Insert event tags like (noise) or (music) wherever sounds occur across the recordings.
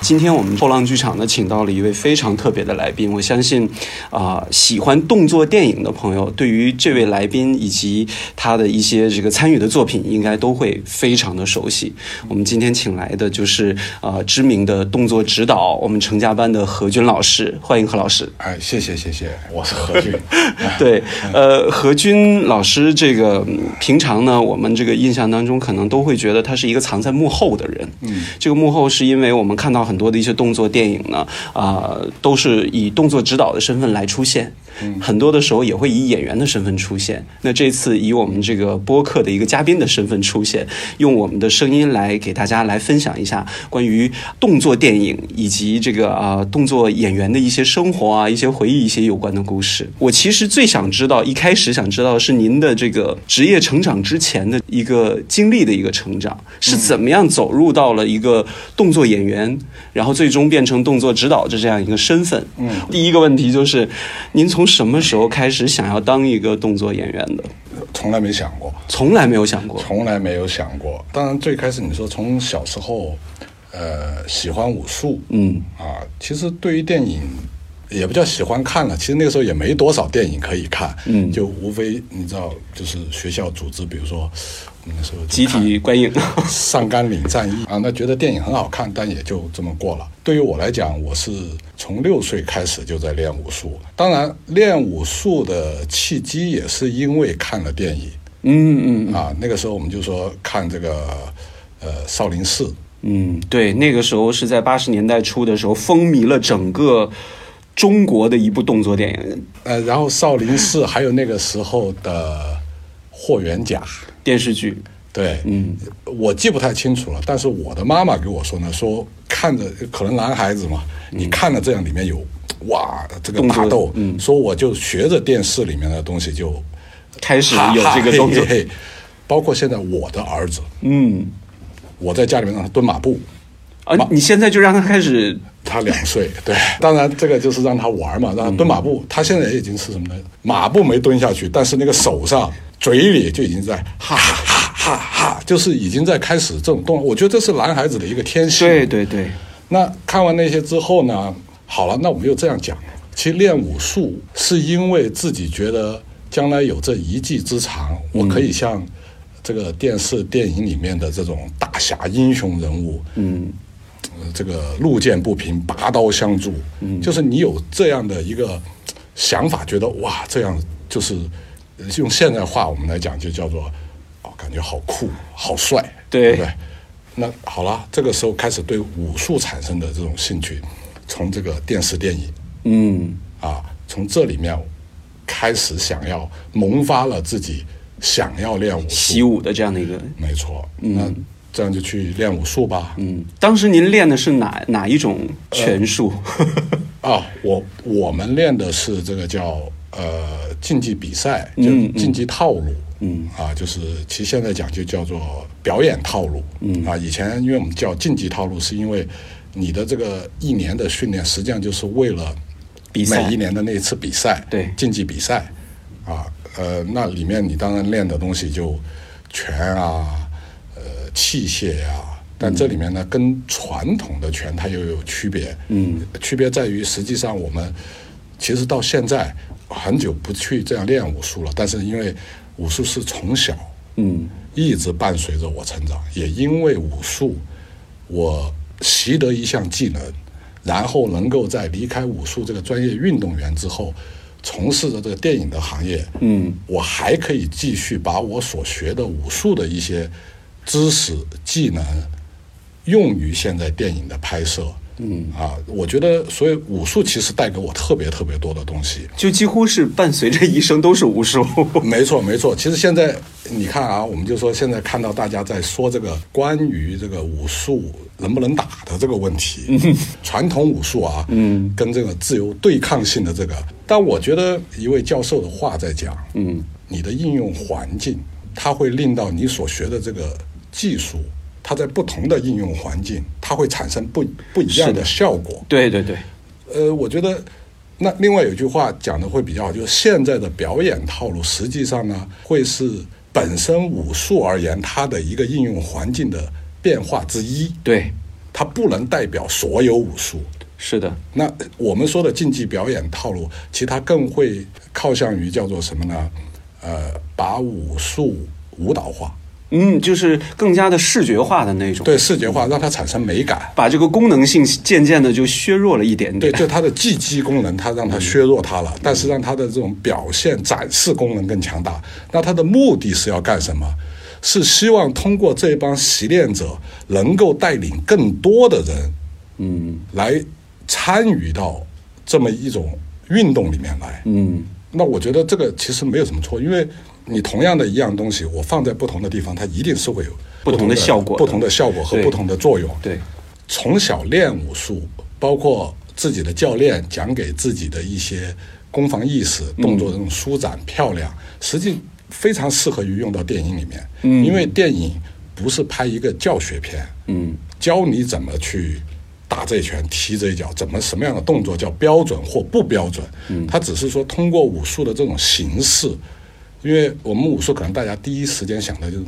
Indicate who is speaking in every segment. Speaker 1: 今天我们后浪剧场呢，请到了一位非常特别的来宾。我相信，啊、喜欢动作电影的朋友，对于这位来宾以及他的一些这个参与的作品，应该都会非常的熟悉。我们今天请来的就是啊、知名的动作指导，我们成家班的何军老师，欢迎何老师。
Speaker 2: 哎，谢谢谢谢，我
Speaker 1: (laughs)
Speaker 2: 是何俊。哎
Speaker 1: 对，呃，何军老师这个嗯平常呢，我们这个印象当中可能都会觉得他是一个藏在幕后的人。嗯，这个幕后是因为我们看到很多的一些动作电影呢，啊、都是以动作指导的身份来出现。很多的时候也会以演员的身份出现。那这次以我们这个播客的一个嘉宾的身份出现，用我们的声音来给大家来分享一下关于动作电影以及这个啊、呃动作演员的一些生活啊、一些回忆、一些有关的故事。我其实最想知道，一开始想知道的是您的这个职业成长之前的一个经历的一个成长，是怎么样走入到了一个动作演员，然后最终变成动作指导的这样一个身份。嗯，第一个问题就是，您从什么时候开始想要当一个动作演员的？
Speaker 2: 从来没想过，
Speaker 1: 从来没有想过。
Speaker 2: 从来没有想过。当然，最开始你说从小时候，呃，喜欢武术，
Speaker 1: 嗯
Speaker 2: 啊，其实对于电影也不叫喜欢看了，其实那个时候也没多少电影可以看，嗯，就无非你知道，就是学校组织，比如说我们那时候就
Speaker 1: 集
Speaker 2: 看
Speaker 1: 体观影，
Speaker 2: 上甘岭战役啊，那觉得电影很好看，但也就这么过了。对于我来讲，我是从六岁开始就在练武术，当然练武术的契机也是因为看了电影。
Speaker 1: 嗯嗯
Speaker 2: 啊，那个时候我们就说看这个呃少林寺，
Speaker 1: 嗯，对，那个时候是在八十年代初的时候，风靡了整个中国的一部动作电影
Speaker 2: 呃，然后少林寺还有那个时候的霍元甲，
Speaker 1: 电视剧。
Speaker 2: 对，嗯，我记不太清楚了，但是我的妈妈给我说呢，说看着可能男孩子嘛，你看了这样里面有哇这个
Speaker 1: 嗯动作
Speaker 2: 打斗，嗯，说我就学着电视里面的东西就
Speaker 1: 开始有这个动作
Speaker 2: 哈哈，嘿嘿嘿包括现在我的儿子，
Speaker 1: 嗯，
Speaker 2: 我在家里面让他蹲马步，
Speaker 1: 啊，你现在就让他开始，
Speaker 2: 他两岁， (laughs) 对，当然这个就是让他玩嘛，让他蹲马步。
Speaker 1: 嗯
Speaker 2: 他现在也已经是什么呢？马步没蹲下去，但是那个手上、嘴里就已经在哈哈哈哈哈，就是已经在开始这种动。我觉得这是男孩子的一个天性。
Speaker 1: 对对对，
Speaker 2: 那看完那些之后呢，好了，那我们就这样讲。其实练武术是因为自己觉得将来有这一技之长，我可以
Speaker 1: 嗯
Speaker 2: 像这个电视、电影里面的这种大侠英雄人物，嗯，这个路见不平拔刀相助，嗯，就是你有这样的一个想法，觉得哇，这样就是呃用现代话我们来讲，就叫做哦，感觉好酷，好帅，
Speaker 1: 对
Speaker 2: 不对？那好了，这个时候开始对武术产生的这种兴趣，从这个电视电影
Speaker 1: 嗯，
Speaker 2: 啊，从这里面开始想要萌发了自己想要练武术，
Speaker 1: 习武的这样的一个。
Speaker 2: 没错，那这样就去练武术吧。
Speaker 1: 嗯，当时您练的是哪哪一种拳术？
Speaker 2: (laughs) 啊，我我们练的是这个叫呃竞技比赛，就竞技套路。嗯啊，就是其实现在讲就叫做表演套路。嗯啊，以前因为我们叫竞技套路，是因为你的这个一年的训练，实际上就是为了
Speaker 1: 比赛
Speaker 2: 每一年的那一次比赛，
Speaker 1: 对
Speaker 2: 竞技比赛啊，呃，那里面你当然练的东西就拳啊，呃，器械呀、但这里面
Speaker 1: 嗯
Speaker 2: 呢，跟传统的拳它又有区别。嗯，区别在于，实际上我们其实到现在很久不去这样练武术了，但是因为武术是从小
Speaker 1: 嗯
Speaker 2: 一直伴随着我成长，也因为武术，我习得一项技能，然后能够在离开武术这个专业运动员之后，从事着这个电影的行业，嗯，我还可以继续把我所学的武术的一些知识技能用于现在电影的拍摄。嗯啊，我觉得，所以武术其实带给我特别特别多的东西。
Speaker 1: 就几乎是伴随着一生都是武
Speaker 2: (laughs)
Speaker 1: 术。
Speaker 2: 没错，没错。其实现在你看啊，我们就说现在看到大家在说这个关于这个武术能不能打的这个问题，传统武术啊，嗯，跟这个自由对抗性的这个，但我觉得一位教授的话在讲，嗯，你的应用环境，它会令到你所学的这个技术，它在不同的应用环境，它会产生不不一样
Speaker 1: 是
Speaker 2: 的
Speaker 1: 的
Speaker 2: 效果。
Speaker 1: 对对对，
Speaker 2: 呃，我觉得那另外有句话讲的会比较好，就是现在的表演套路实际上呢，会是本身武术而言它的一个应用环境的变化之一。
Speaker 1: 对，
Speaker 2: 它不能代表所有武术。
Speaker 1: 是的，
Speaker 2: 那我们说的竞技表演套路，其实它更会靠向于叫做什么呢？呃，把武术舞蹈化，
Speaker 1: 嗯，就是更加的视觉化的那种，
Speaker 2: 对，视觉化，让它产生美感。
Speaker 1: 把这个功能性渐渐的就削弱了一点嗯
Speaker 2: 对，
Speaker 1: 点。
Speaker 2: 就它的技击功能，它让它削弱它了，但是让它的这种表现展示功能更强大。那它的目的是要干什么？是希望通过这帮习练者，能够带领更多的人，嗯，来参与到这么一种运动里面来。
Speaker 1: 嗯，
Speaker 2: 那我觉得这个其实没有什么错，因为你同样的一样东西，我放在不同的地方，它一定是会有
Speaker 1: 不同的效果的
Speaker 2: 不同的效果和
Speaker 1: 对
Speaker 2: 不同的作用。
Speaker 1: 对，
Speaker 2: 从小练武术，包括自己的教练讲给自己的一些攻防意识、动作的那种舒展、漂亮，实际非常适合于用到电影里面。嗯，因为电影不是拍一个教学片，
Speaker 1: 嗯，
Speaker 2: 教你怎么去打这一拳、踢这一脚，怎么什么样的动作叫标准或不标准。嗯，它只是说通过武术的这种形式，因为我们武术可能大家第一时间想的就是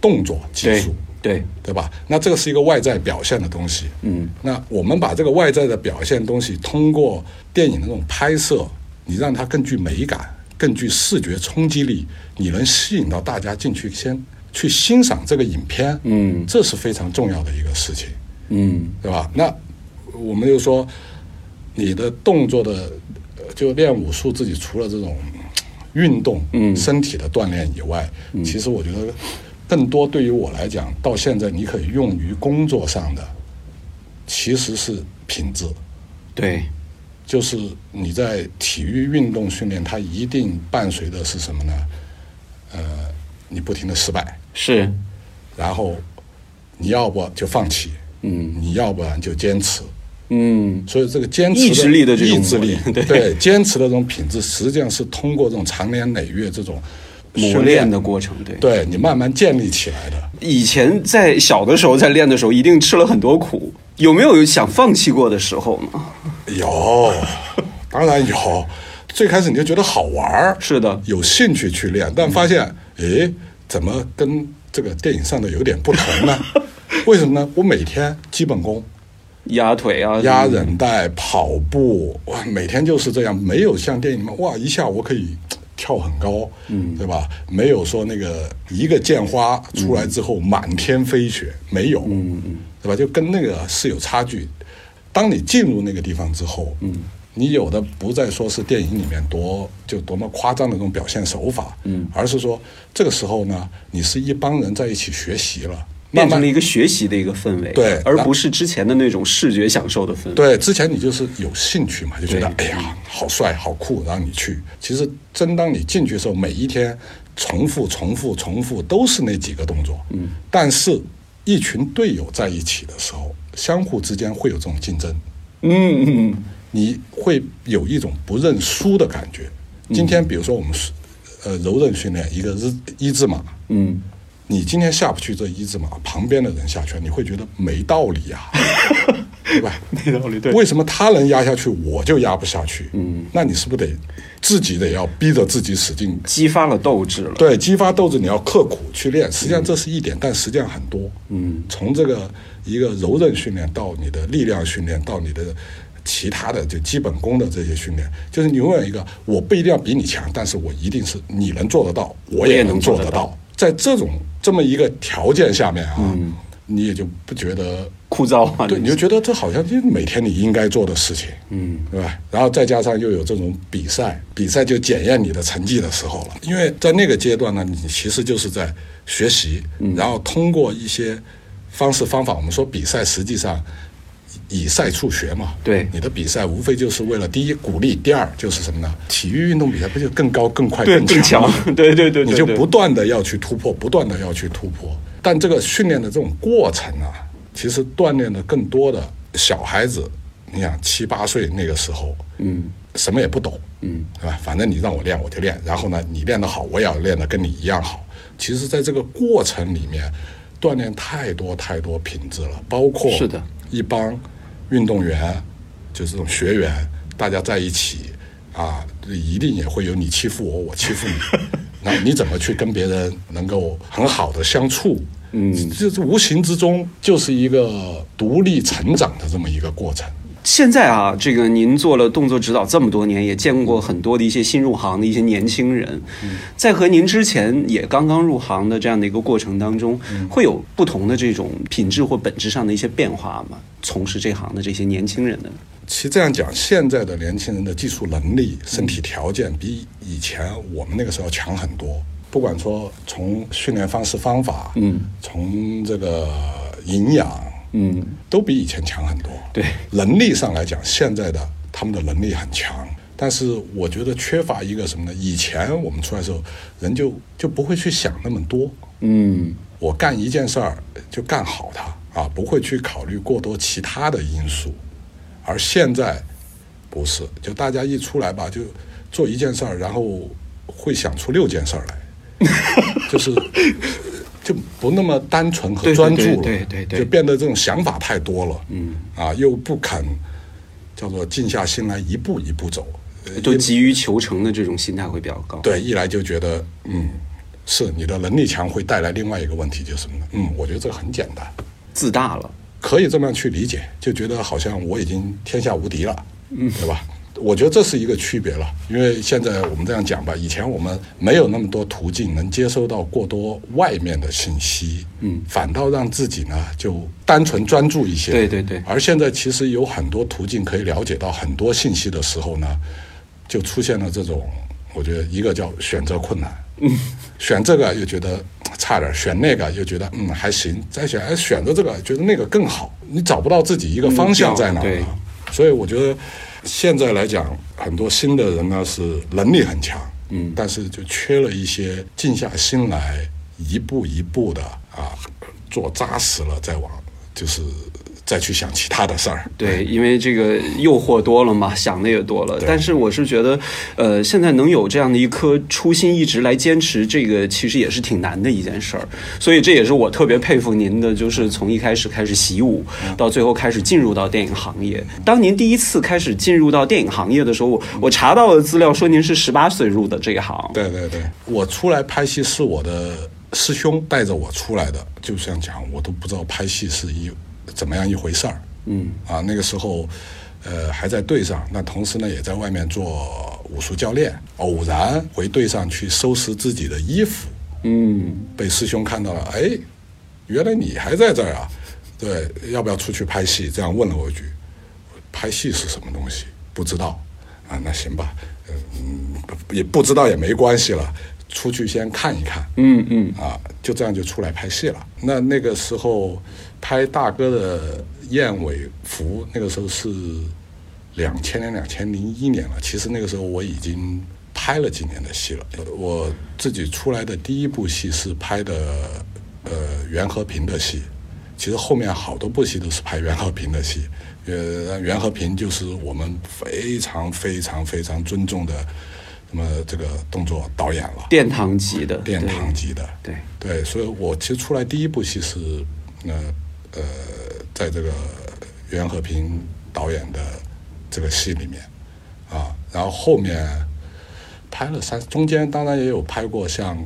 Speaker 2: 动作技
Speaker 1: 对
Speaker 2: 术。
Speaker 1: 对，
Speaker 2: 对吧？那这个是一个外在表现的东西，嗯，那我们把这个外在的表现东西，通过电影的那种拍摄，你让它更具美感，更具视觉冲击力，你能吸引到大家进去先去欣赏这个影片，嗯，这是非常重要的一个事情，
Speaker 1: 嗯
Speaker 2: 对吧？那我们就说，你的动作的，呃就练武术自己除了这种嗯运动，嗯，身体的锻炼以外，其实我觉得更多对于我来讲，到现在你可以用于工作上的，其实是品质，
Speaker 1: 对，
Speaker 2: 就是你在体育运动训练，它一定伴随的是什么呢？呃，你不停的失败，
Speaker 1: 是，
Speaker 2: 然后你要不就放弃，嗯，你要不然就坚持，
Speaker 1: 嗯
Speaker 2: 所以这个坚持
Speaker 1: 意志力的这种
Speaker 2: 意志力
Speaker 1: 磨，练对
Speaker 2: 坚持的这种品质，实际上是通过这种长年累月这种
Speaker 1: (laughs) 磨
Speaker 2: 训
Speaker 1: 练的，过程，对。
Speaker 2: 对你慢慢建立起来的。
Speaker 1: 以前在小的时候，在练的时候，一定吃了很多苦。有没有想放弃过的时候呢？ (laughs)
Speaker 2: 有，当然有。最开始你就觉得好玩儿，
Speaker 1: 是的嗯
Speaker 2: 有兴趣去练，但发现，诶，怎么跟这个电影上的有点不同
Speaker 1: (laughs)
Speaker 2: 呢？为什么呢？我每天基本功、
Speaker 1: 压腿啊，
Speaker 2: 压韧带、跑步，哇，每天就是这样，没有像电影里面哇一下我可以嘖跳很高，嗯，对吧？没有说那个一个剑花出来之后满天飞雪，没有，嗯嗯，对吧？就跟那个是有差距。当你进入那个地方之后，嗯，你有的不再说是电影里面多就多么夸张的那种表现手法，嗯，而是说这个时候呢，你是一帮人在一起学习了，慢
Speaker 1: 变成
Speaker 2: 慢
Speaker 1: 了一个学习的一个氛围，
Speaker 2: 对
Speaker 1: 而
Speaker 2: 那
Speaker 1: 不是之前的那种视觉享受的氛围。
Speaker 2: 对，之前你就是有兴趣嘛，就觉得哎
Speaker 1: 对
Speaker 2: 呀，好帅，好酷，然后你去。其实真当你进去的时候，每一天重复、重复、重复都是那几个动作。嗯。但是，一群队友在一起的时候，相互之间会有这种竞争，
Speaker 1: 嗯嗯嗯，
Speaker 2: 你会有一种不认输的感觉。
Speaker 1: 嗯
Speaker 2: 今天比如说我们是呃柔韧训练一个日一字马，
Speaker 1: 嗯，
Speaker 2: 你今天下不去这一字马，旁边的人下去了，你会觉得没道理
Speaker 1: (laughs)
Speaker 2: 呀、对吧？
Speaker 1: 没道理，对，
Speaker 2: (laughs) 为什么他能压下去，我就压不下去？嗯，那你是不是得自己得要逼着自己使劲？
Speaker 1: 激发了斗志了。
Speaker 2: 对，激发斗志，你要刻苦去练。实际上这是一点，但实际上很多。嗯，从这个一个柔韧训练到你的力量训练，到你的其他的就基本功的这些训练，就是你永远一个我不一定要比你强，但是我一定是你能做得到，我
Speaker 1: 也
Speaker 2: 也
Speaker 1: 能
Speaker 2: 能
Speaker 1: 做
Speaker 2: 做
Speaker 1: 得
Speaker 2: 得到。在这种这么一个条件下面啊，你也就不觉得
Speaker 1: 枯燥啊，
Speaker 2: 对，你就觉得这好像就是每天你应该做的事情，嗯，对吧？然后再加上又有这种比赛，比赛就检验你的成绩的时候了。因为在那个阶段呢，你其实就是在学习，然后通过一些方式方法，我们说比赛实际上以赛促学嘛，
Speaker 1: 对
Speaker 2: 你的比赛无非就是为了第一鼓励，第二就是什么呢？体育运动比赛不就更高、更快、
Speaker 1: 对更
Speaker 2: 强
Speaker 1: 强
Speaker 2: 吗？，
Speaker 1: (laughs) 对对对，对
Speaker 2: 你就
Speaker 1: 对
Speaker 2: 不断的要去突破，不断的要去突破。但这个训练的这种过程啊，其实锻炼的更多的小孩子，你想七八岁那个时候，嗯，什么也不懂，嗯，对吧？反正你让我练我就练，然后呢，你练得好，我也要练得跟你一样好。其实，在这个过程里面，锻炼太多太多品质了，包括
Speaker 1: 是的
Speaker 2: 一帮运动员，就是这种学员，
Speaker 1: (laughs)
Speaker 2: 大家在一起啊，一定也会有你欺负我，我欺负你，那你怎么去跟别人能够很好的相处？嗯，就是无形之中就是一个独立成长的这么一个过程。
Speaker 1: 现在啊，这个您做了动作指导这么多年，也见过很多的一些新入行的一些年轻人，在和您之前也刚刚入行的这样的一个过程当中，会有不同的这种品质或本质上的一些变化吗？从事这行的这些年轻人的，
Speaker 2: 其实这样讲，现在的年轻人的技术能力、身体条件比以前我们那个时候强很多。不管说从训练方式方法，
Speaker 1: 嗯，
Speaker 2: 从这个营养，
Speaker 1: 嗯，
Speaker 2: 都比以前强很多。
Speaker 1: 对，
Speaker 2: 能力上来讲，现在的他们的能力很强，但是我觉得缺乏一个什么呢？以前我们出来的时候，人就就不会去想那么多，
Speaker 1: 嗯，
Speaker 2: 我干一件事儿就干好它啊，不会去考虑过多其他的因素。而现在不是，就大家一出来吧，就做一件事儿，然后会想出六件事儿来，
Speaker 1: (laughs)
Speaker 2: 就是就不那么单纯和
Speaker 1: 对对
Speaker 2: 专注了，
Speaker 1: 对对对对
Speaker 2: 就变得这种想法太多了，嗯，啊，又不肯叫做静下心来一步一步走，呃
Speaker 1: 都急于求成的这种心态会比较高。
Speaker 2: 对，一来就觉得，嗯，是你的能力强会带来另外一个问题，就是什么呢？嗯，我觉得这很简单，
Speaker 1: 自大了，
Speaker 2: 可以这么样去理解，就觉得好像我已经天下无敌了，嗯，对吧？我觉得这是一个区别了，因为现在我们这样讲吧，以前我们没有那么多途径能接收到过多外面的信息，嗯，反倒让自己呢就单纯专注一些，
Speaker 1: 对对对
Speaker 2: 而现在其实有很多途径可以了解到很多信息的时候呢，就出现了这种，我觉得一个叫选择困难，嗯，选这个又觉得差点儿，选那个又觉得嗯还行，再选哎选择这个觉得那个更好，你找不到自己一个方向在哪
Speaker 1: 目标
Speaker 2: 儿啊。所以我觉得现在来讲，很多新的人呢是能力很强，嗯，但是就缺了一些静下心来，一步一步的啊，做扎实了再往，就是再去想其他的事儿。
Speaker 1: 对，因为这个诱惑多了
Speaker 2: (laughs)
Speaker 1: 嘛，想的也多了。但是我是觉得，呃，现在能有这样的一颗初心一直来坚持，这个其实也是挺难的一件事儿。所以这也是我特别佩服您的，就是从一开始开始习武，
Speaker 2: 嗯
Speaker 1: 到最后开始进入到电影行业。当您第一次开始进入到电影行业的时候，我我查到的资料说您是十八岁入的这一行。
Speaker 2: 对对对，我出来拍戏是我的师兄带着我出来的，就这样讲，我都不知道拍戏是一怎么样一回事儿。嗯，啊，那个时候，呃，还在队上，那同时呢也在外面做武术教练，偶然回队上去收拾自己的衣服，
Speaker 1: 嗯，
Speaker 2: 被师兄看到了，哎，原来你还在这儿啊？对，要不要出去拍戏？这样问了我一句，拍戏是什么东西？不知道啊，那行吧，嗯，不也不知道也没关系了，出去先看一看，
Speaker 1: 嗯嗯，
Speaker 2: 啊，就这样就出来拍戏了。那那个时候拍大哥的《燕尾服》，那个时候是两千年、两千零一年了。其实那个时候我已经拍了几年的戏了。呃我自己出来的第一部戏是拍的呃袁和平的戏，其实后面好多部戏都是拍袁和平的戏。呃，袁和平就是我们非常非常非常尊重的，那么这个动作导演了。
Speaker 1: 殿堂级的，
Speaker 2: 殿堂级的，
Speaker 1: 对
Speaker 2: 对，所以我其实出来第一部戏是，呃呃，在这个袁和平导演的这个戏里面啊，然后后面拍了三，中间当然也有拍过像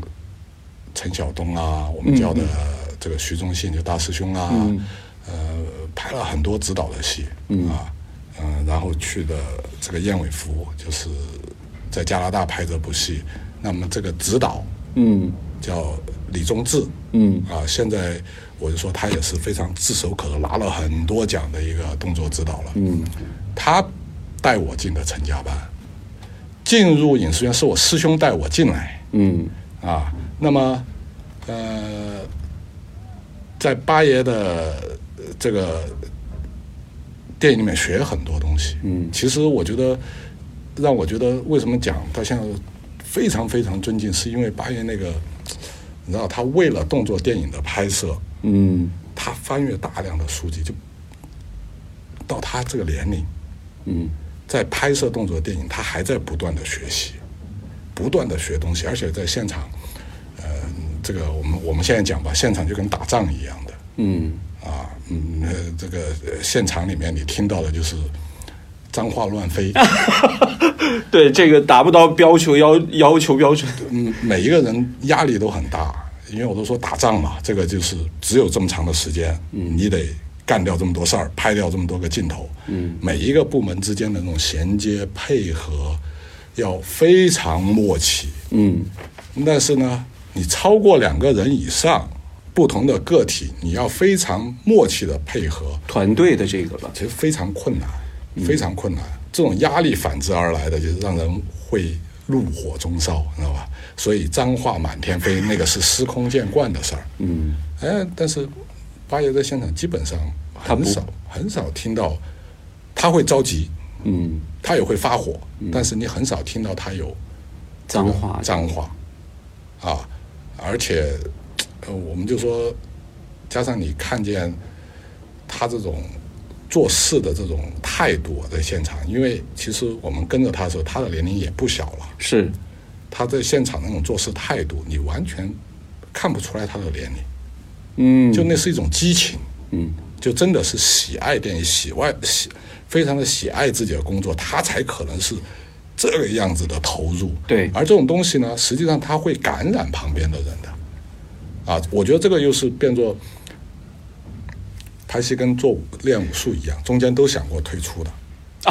Speaker 2: 陈晓东啊，我们叫的这个徐忠信就大师兄啊，呃，拍了很多指导的戏、啊，嗯、然后去的这个燕尾服就是在加拿大拍这部戏，那么这个指导
Speaker 1: 对，嗯
Speaker 2: 叫李宗志，
Speaker 1: 嗯
Speaker 2: 啊，现在我就说他也是非常炙手可热，拿了很多奖的一个动作指导了。嗯，他带我进的陈家班，进入影视院是我师兄带我进来
Speaker 1: 嗯
Speaker 2: 啊。那么，呃，在八爷的呃这个电影里面学很多东西。嗯，其实我觉得让我觉得为什么讲到现在非常非常尊敬，是因为八爷那个，你知道他为了动作电影的拍摄，
Speaker 1: 嗯
Speaker 2: 他翻阅大量的书籍，就到他这个年龄，
Speaker 1: 嗯，
Speaker 2: 在拍摄动作电影，他还在不断的学习，不断的学东西，而且在现场，呃，这个我们我们现在讲吧，现场就跟打仗一样的，
Speaker 1: 嗯
Speaker 2: 啊，嗯，呃这个呃现场里面你听到的就是脏话乱飞。
Speaker 1: (laughs) 对这个达不到要求要要求标准，
Speaker 2: 嗯，每一个人压力都很大，因为我都说打仗嘛，这个就是只有这么长的时间，你得干掉这么多事儿，拍掉这么多个镜头，嗯，每一个部门之间的那种衔接配合要非常默契，
Speaker 1: 嗯，
Speaker 2: 但是呢，你超过两个人以上，不同的个体，你要非常默契的配合，
Speaker 1: 团队的这个吧，
Speaker 2: 其实非常困难，非常困难。这种压力反之而来的，就是让人会怒火中烧，你知道吧？所以脏话满天飞，那个是司空见惯的事儿。嗯，哎，但是八爷在现场基本上
Speaker 1: 他不
Speaker 2: 很少很少听到，他会着急，
Speaker 1: 嗯，
Speaker 2: 他也会发火，但是你很少听到他有
Speaker 1: 脏话，
Speaker 2: 脏话啊，而且呃，我们就说，加上你看见他这种做事的这种态度啊在现场，因为其实我们跟着他的时候，他的年龄也不小了，
Speaker 1: 是
Speaker 2: 他在现场那种做事态度，你完全看不出来他的年龄，
Speaker 1: 嗯
Speaker 2: 就那是一种激情，
Speaker 1: 嗯，
Speaker 2: 就真的是喜爱电影，喜爱喜非常的喜爱自己的工作，他才可能是这个样子的投入。
Speaker 1: 对
Speaker 2: 而这种东西呢，实际上它会感染旁边的人的。啊，我觉得这个又是变作拍戏跟做练武术一样，中间都想过退出的，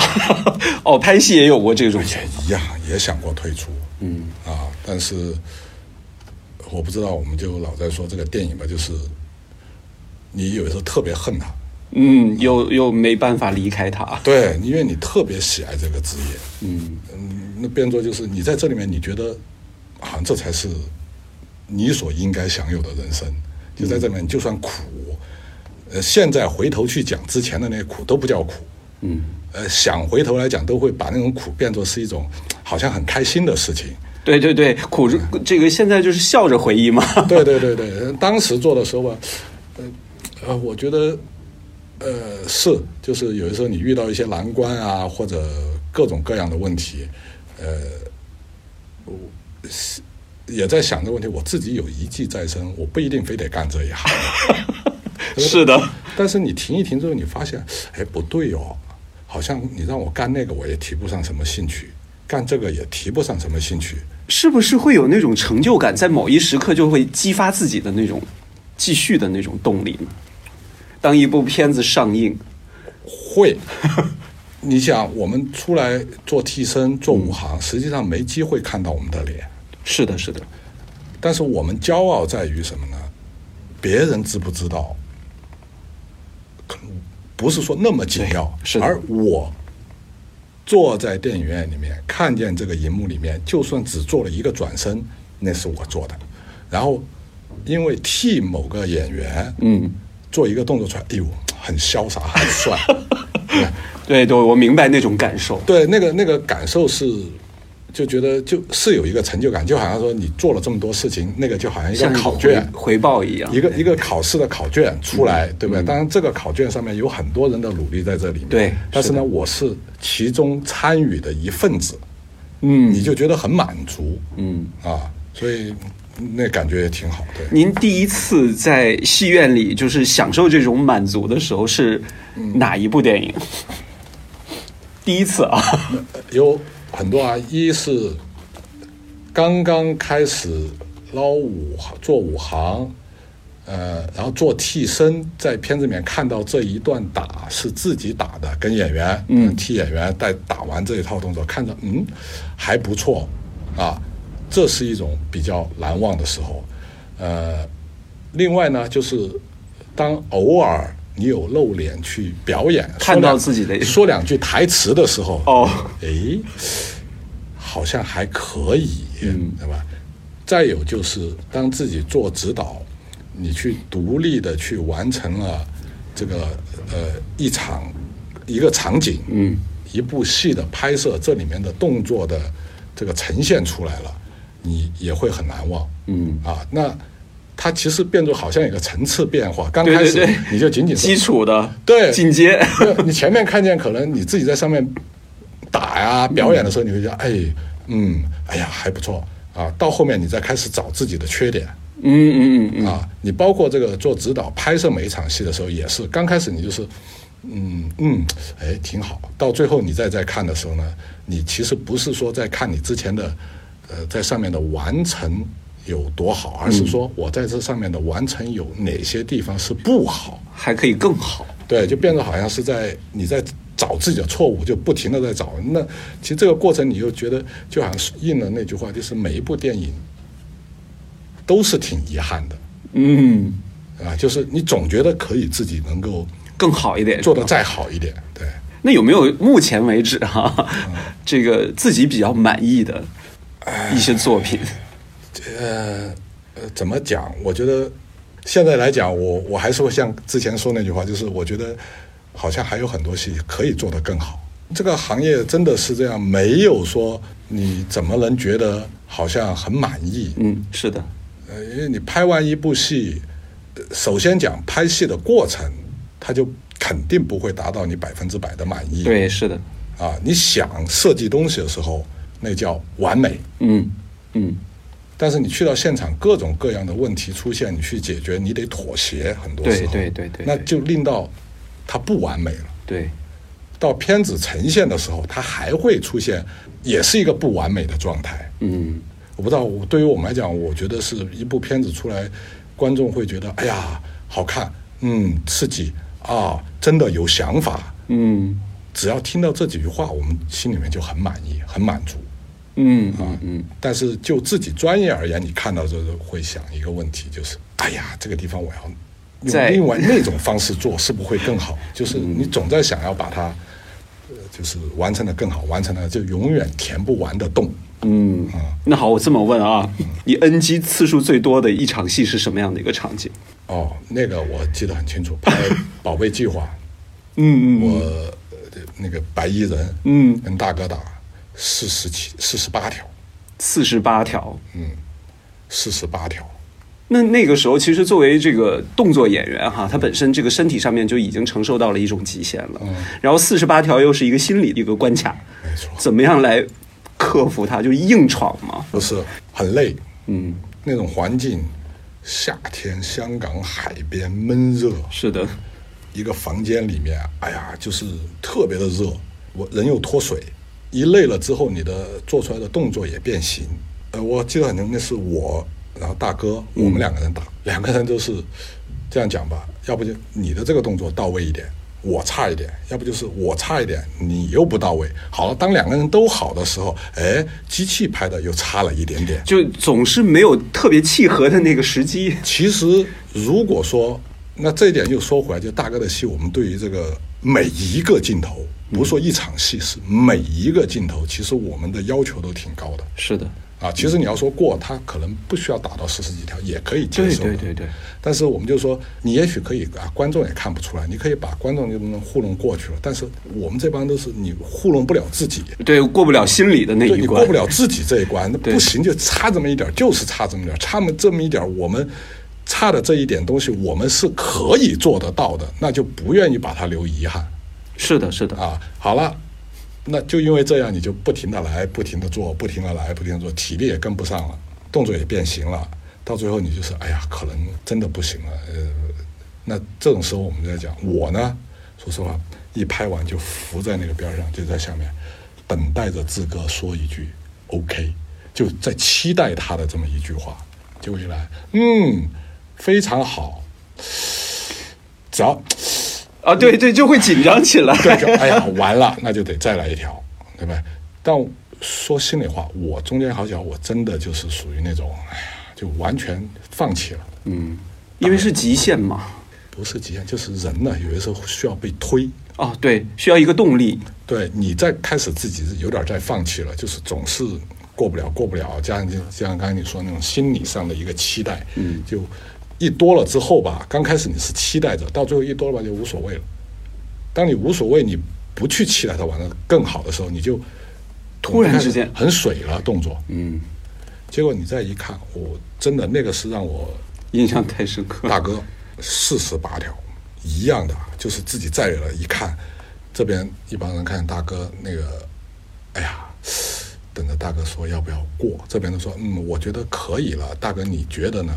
Speaker 1: (laughs) 哦，拍戏也有过这种，
Speaker 2: 也一样也想过退出。嗯啊，但是我不知道，我们就老在说这个电影吧，就是你有时候特别恨他。
Speaker 1: 嗯，又又没办法离开他，
Speaker 2: 对，因为你特别喜爱这个职业，嗯那变作就是你在这里面，你觉得好像这才是你所应该享有的人生，就在这里面，你就算苦，呃，现在回头去讲之前的那些苦都不叫苦，
Speaker 1: 嗯，
Speaker 2: 呃，想回头来讲，都会把那种苦变作是一种好像很开心的事情，
Speaker 1: 对对对，苦着
Speaker 2: 嗯
Speaker 1: 这个现在就是笑着回忆嘛，
Speaker 2: (laughs) 对对对对，当时做的时候吧，呃呃，我觉得呃是，就是有的时候你遇到一些难关啊，或者各种各样的问题，呃，我也在想这个问题，我自己有一技在身，我不一定非得干这
Speaker 1: (laughs)
Speaker 2: 一行。
Speaker 1: 是的，
Speaker 2: 但是你停一停之后，你发现，哎，不对哦，好像你让我干那个，我也提不上什么兴趣，干这个也提不上什么兴趣。
Speaker 1: (laughs) 是不是会有那种成就感，在某一时刻就会激发自己的那种继续的那种动力呢？当一部片子上映，
Speaker 2: 会。 (laughs) 你想，我们出来做替身、做武行，实际上没机会看到我们的脸，
Speaker 1: 是的，是的，
Speaker 2: 但是我们骄傲在于什么呢？别人知不知道，可不是说那么紧要，
Speaker 1: 对是的
Speaker 2: 而我坐在电影院里面，看见这个荧幕里面，就算只做了一个转身，那是我做的。然后，因为替某个演员，嗯，做一个动作出来，哎呦，很潇洒，很帅。对
Speaker 1: 对对，我明白那种感受，
Speaker 2: 对，那个那个感受是，就觉得就是有一个成就感，就好像说你做了这么多事情，那个就好像一个
Speaker 1: 像
Speaker 2: 考
Speaker 1: 回
Speaker 2: 卷，
Speaker 1: 回报一样，
Speaker 2: 一个一个考试的考卷出来，对不对？当然，这个考卷上面有很多人的努力在这里面，
Speaker 1: 对
Speaker 2: 但是
Speaker 1: 是
Speaker 2: 呢，
Speaker 1: 的
Speaker 2: 我是其中参与的一份子，
Speaker 1: 嗯，
Speaker 2: 你就觉得很满足，
Speaker 1: 嗯
Speaker 2: 啊，所以那感觉也挺好，对。
Speaker 1: 您第一次在戏院里就是享受这种满足的时候是
Speaker 2: 嗯
Speaker 1: 哪一部电影？ (laughs) 第一次啊，
Speaker 2: 有很多啊，一是刚刚开始捞武行做武行，呃，然后做替身，在片子里面看到这一段打是自己打的，跟演员，嗯，替演员在打完这一套动作，看着嗯还不错啊，这是一种比较难忘的时候，呃，另外呢就是当偶尔。你有露脸去表演，
Speaker 1: 看
Speaker 2: 说两
Speaker 1: 到自己的
Speaker 2: 说两句台词的时候，
Speaker 1: 哦，
Speaker 2: (laughs) 诶，哎好像还可以，
Speaker 1: 嗯
Speaker 2: 对吧？再有就是，当自己做指导，你去独立的去完成了这个呃一场一个场景，嗯，一部戏的拍摄，这里面的动作的这个呈现出来了，你也会很难忘，嗯啊，那它其实变作好像有个层次变化，刚
Speaker 1: 对
Speaker 2: 开
Speaker 1: 对
Speaker 2: 始
Speaker 1: 对，
Speaker 2: 你就仅仅是
Speaker 1: 基础的，
Speaker 2: 对
Speaker 1: 进阶，
Speaker 2: 对 (laughs) 你前面看见可能你自己在上面打呀、
Speaker 1: 嗯
Speaker 2: 表演的时候，你会觉得哎，嗯，哎呀还不错啊。到后面你再开始找自己的缺点
Speaker 1: 嗯嗯嗯嗯，
Speaker 2: 啊，你包括这个做指导、拍摄每一场戏的时候也是，刚开始你就是嗯嗯，哎，挺好。到最后你再再看的时候呢，你其实不是说在看你之前的，呃，在上面的完成有多好，而是说我在这上面的完成有哪些地方是不好。
Speaker 1: 还可以更好。
Speaker 2: 对，就变得好像是在你在找自己的错误，就不停的在找。那其实这个过程，你又觉得就好像是应了那句话，就是每一部电影都是挺遗憾的
Speaker 1: 嗯，
Speaker 2: 啊，就是你总觉得可以自己能够
Speaker 1: 更好一点。
Speaker 2: 做得再好一点，对。
Speaker 1: 那有没有目前为止哈、
Speaker 2: 嗯
Speaker 1: 这个自己比较满意的一些作品？
Speaker 2: 哎呃，呃，怎么讲？我觉得现在来讲，我我还是会像之前说那句话，就是我觉得好像还有很多戏可以做得更好。这个行业真的是这样，没有说你怎么能觉得好像很满意？
Speaker 1: 嗯，是的，
Speaker 2: 呃，因为你拍完一部戏，呃首先讲拍戏的过程，它就肯定不会达到你百分之百的满意。
Speaker 1: 对，是的，
Speaker 2: 啊，你想设计东西的时候，那叫完美。
Speaker 1: 嗯嗯，
Speaker 2: 但是你去到现场，各种各样的问题出现，你去解决，你得妥协，很多时候，
Speaker 1: 对对对对
Speaker 2: 那就令到它不完美了。
Speaker 1: 对，
Speaker 2: 到片子呈现的时候，它还会出现，也是一个不完美的状态。
Speaker 1: 嗯
Speaker 2: 我不知道，我对于我们来讲，我觉得是一部片子出来，观众会觉得，哎呀，好看，嗯，刺激啊，真的有想法。
Speaker 1: 嗯
Speaker 2: 只要听到这几句话，我们心里面就很满意，很满足。啊
Speaker 1: 嗯嗯嗯，
Speaker 2: 但是就自己专业而言，你看到这个会想一个问题，就是哎呀，这个地方我要
Speaker 1: 在嗯
Speaker 2: 用另外那种方式做，是不是会更好？就是你总在想要把它，呃就是完成的更好，完成的就永远填不完的洞。
Speaker 1: 嗯，那好，我这么问啊，
Speaker 2: 嗯
Speaker 1: 你 NG 次数最多的一场戏是什么样的一个场景？
Speaker 2: 哦，那个我记得很清楚，
Speaker 1: (laughs)
Speaker 2: 拍《宝贝计划》，
Speaker 1: 嗯嗯
Speaker 2: 我呃那个白衣人，
Speaker 1: 嗯，
Speaker 2: 跟大哥打四十七、四十八条，
Speaker 1: 四十八条。
Speaker 2: 四十八条。
Speaker 1: 那那个时候，其实作为这个动作演员哈，他本身这个身体上面就已经承受到了一种极限了。然后四十八条又是一个心理的一个关卡，
Speaker 2: 嗯没错
Speaker 1: 怎么样来克服它？就硬闯嘛。
Speaker 2: 就是很累，
Speaker 1: 嗯，
Speaker 2: 那种环境，夏天香港海边闷热，
Speaker 1: 是的，
Speaker 2: 一个房间里面，哎呀，就是特别的热，我人又脱水，一累了之后，你的做出来的动作也变形。呃，我记得很清楚，那是我，然后大哥，我们两个人打，两个人都是这样讲吧，要不就你的这个动作到位一点，我差一点，要不就是我差一点，你又不到位。好了，当两个人都好的时候，哎，机器拍的又差了一点点。
Speaker 1: 就总是没有特别契合的那个时机。
Speaker 2: 其实如果说，那这一点又说回来，就大哥的戏，我们对于这个每一个镜头，不是说一场戏，是每一个镜头，其实我们的要求都挺高的
Speaker 1: 是的，
Speaker 2: 啊。其实你要说过，他可能不需要打到四十几条，也可以接
Speaker 1: 对
Speaker 2: 受的。
Speaker 1: 对对对。
Speaker 2: 但是我们就说，你也许可以啊，观众也看不出来，你可以把观众就能糊弄过去了。但是我们这帮都是你糊弄不了自己，
Speaker 1: 对，过不了心理的那
Speaker 2: 对
Speaker 1: 一
Speaker 2: 你
Speaker 1: 关。
Speaker 2: 过不了自己这一关，那
Speaker 1: 对
Speaker 2: 不行就差这么一点儿，就是差这么一点儿，差么这么一点儿，我们差的这一点东西，我们是可以做得到的，那就不愿意把它留遗憾
Speaker 1: 是的，是的。
Speaker 2: 啊。好了，那就因为这样，你就不停的来，不停的做，不停的来，不停的做，体力也跟不上了，动作也变形了，到最后你就是哎呀，可能真的不行了。呃，那这种时候我们在讲，我呢，说实话，一拍完就浮在那个边儿上，就在下面等待着志哥说一句 “OK”，就在期待他的这么一句话。结果一来，嗯，非常好。只要
Speaker 1: 啊，对对，就会紧张起来。
Speaker 2: 对，就哎呀，完了，那就得再来一条，对吧？但说心里话，我中间好巧，我真的就是属于那种，哎呀，就完全放弃了，
Speaker 1: 嗯，因为是极限嘛。
Speaker 2: 不是极限，就是人呢，有的时候需要被推。
Speaker 1: 哦，对，需要一个动力。
Speaker 2: 对你在开始自己有点在放弃了，就是总是过不了，过不了，加
Speaker 1: 嗯
Speaker 2: 上就像刚才你说那种心理上的一个期待，嗯，就一多了之后吧，刚开始你是期待着，到最后一多了吧就无所谓了。当你无所谓，你不去期待它玩的更好的时候，你就
Speaker 1: 突然之间
Speaker 2: 很水了动作，
Speaker 1: 嗯，
Speaker 2: 结果你再一看，我真的那个是让我
Speaker 1: 印象太深刻。
Speaker 2: 大哥，四十八条，一样的，啊就是自己在了，一看，这边一帮人看大哥那个，哎呀，等着大哥说要不要过，这边都说，嗯，我觉得可以了，大哥你觉得呢？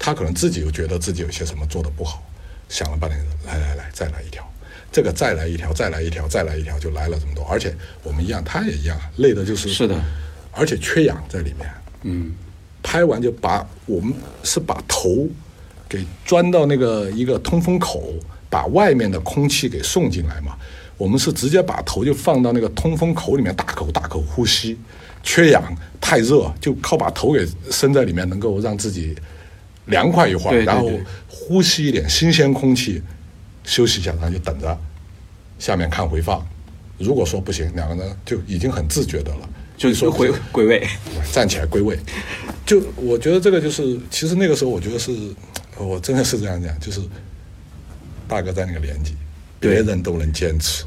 Speaker 2: 他可能自己又觉得自己有些什么做的不好，想了半天，来来来，再来一条，这个再来一条，再来一条，再来一条，就来了这么多。而且我们一样，他也一样，啊累的就是
Speaker 1: 是的，
Speaker 2: 而且缺氧在里面。嗯，拍完就把我们是把头给钻到那个一个通风口，把外面的空气给送进来嘛。我们是直接把头就放到那个通风口里面，大口大口呼吸。缺氧太热，就靠把头给伸在里面，能够让自己凉快一会儿，
Speaker 1: 对对
Speaker 2: 然后
Speaker 1: 对
Speaker 2: 呼吸一点新鲜空气，休息一下，然后就等着下面看回放。如果说不行，两个人就已经很自觉的了，
Speaker 1: 就是
Speaker 2: 说
Speaker 1: 回归位。
Speaker 2: 站起来归位。就我觉得这个就是，其实那个时候我觉得是，我真的是这样讲，就是大哥在那个年纪，别人都能坚持，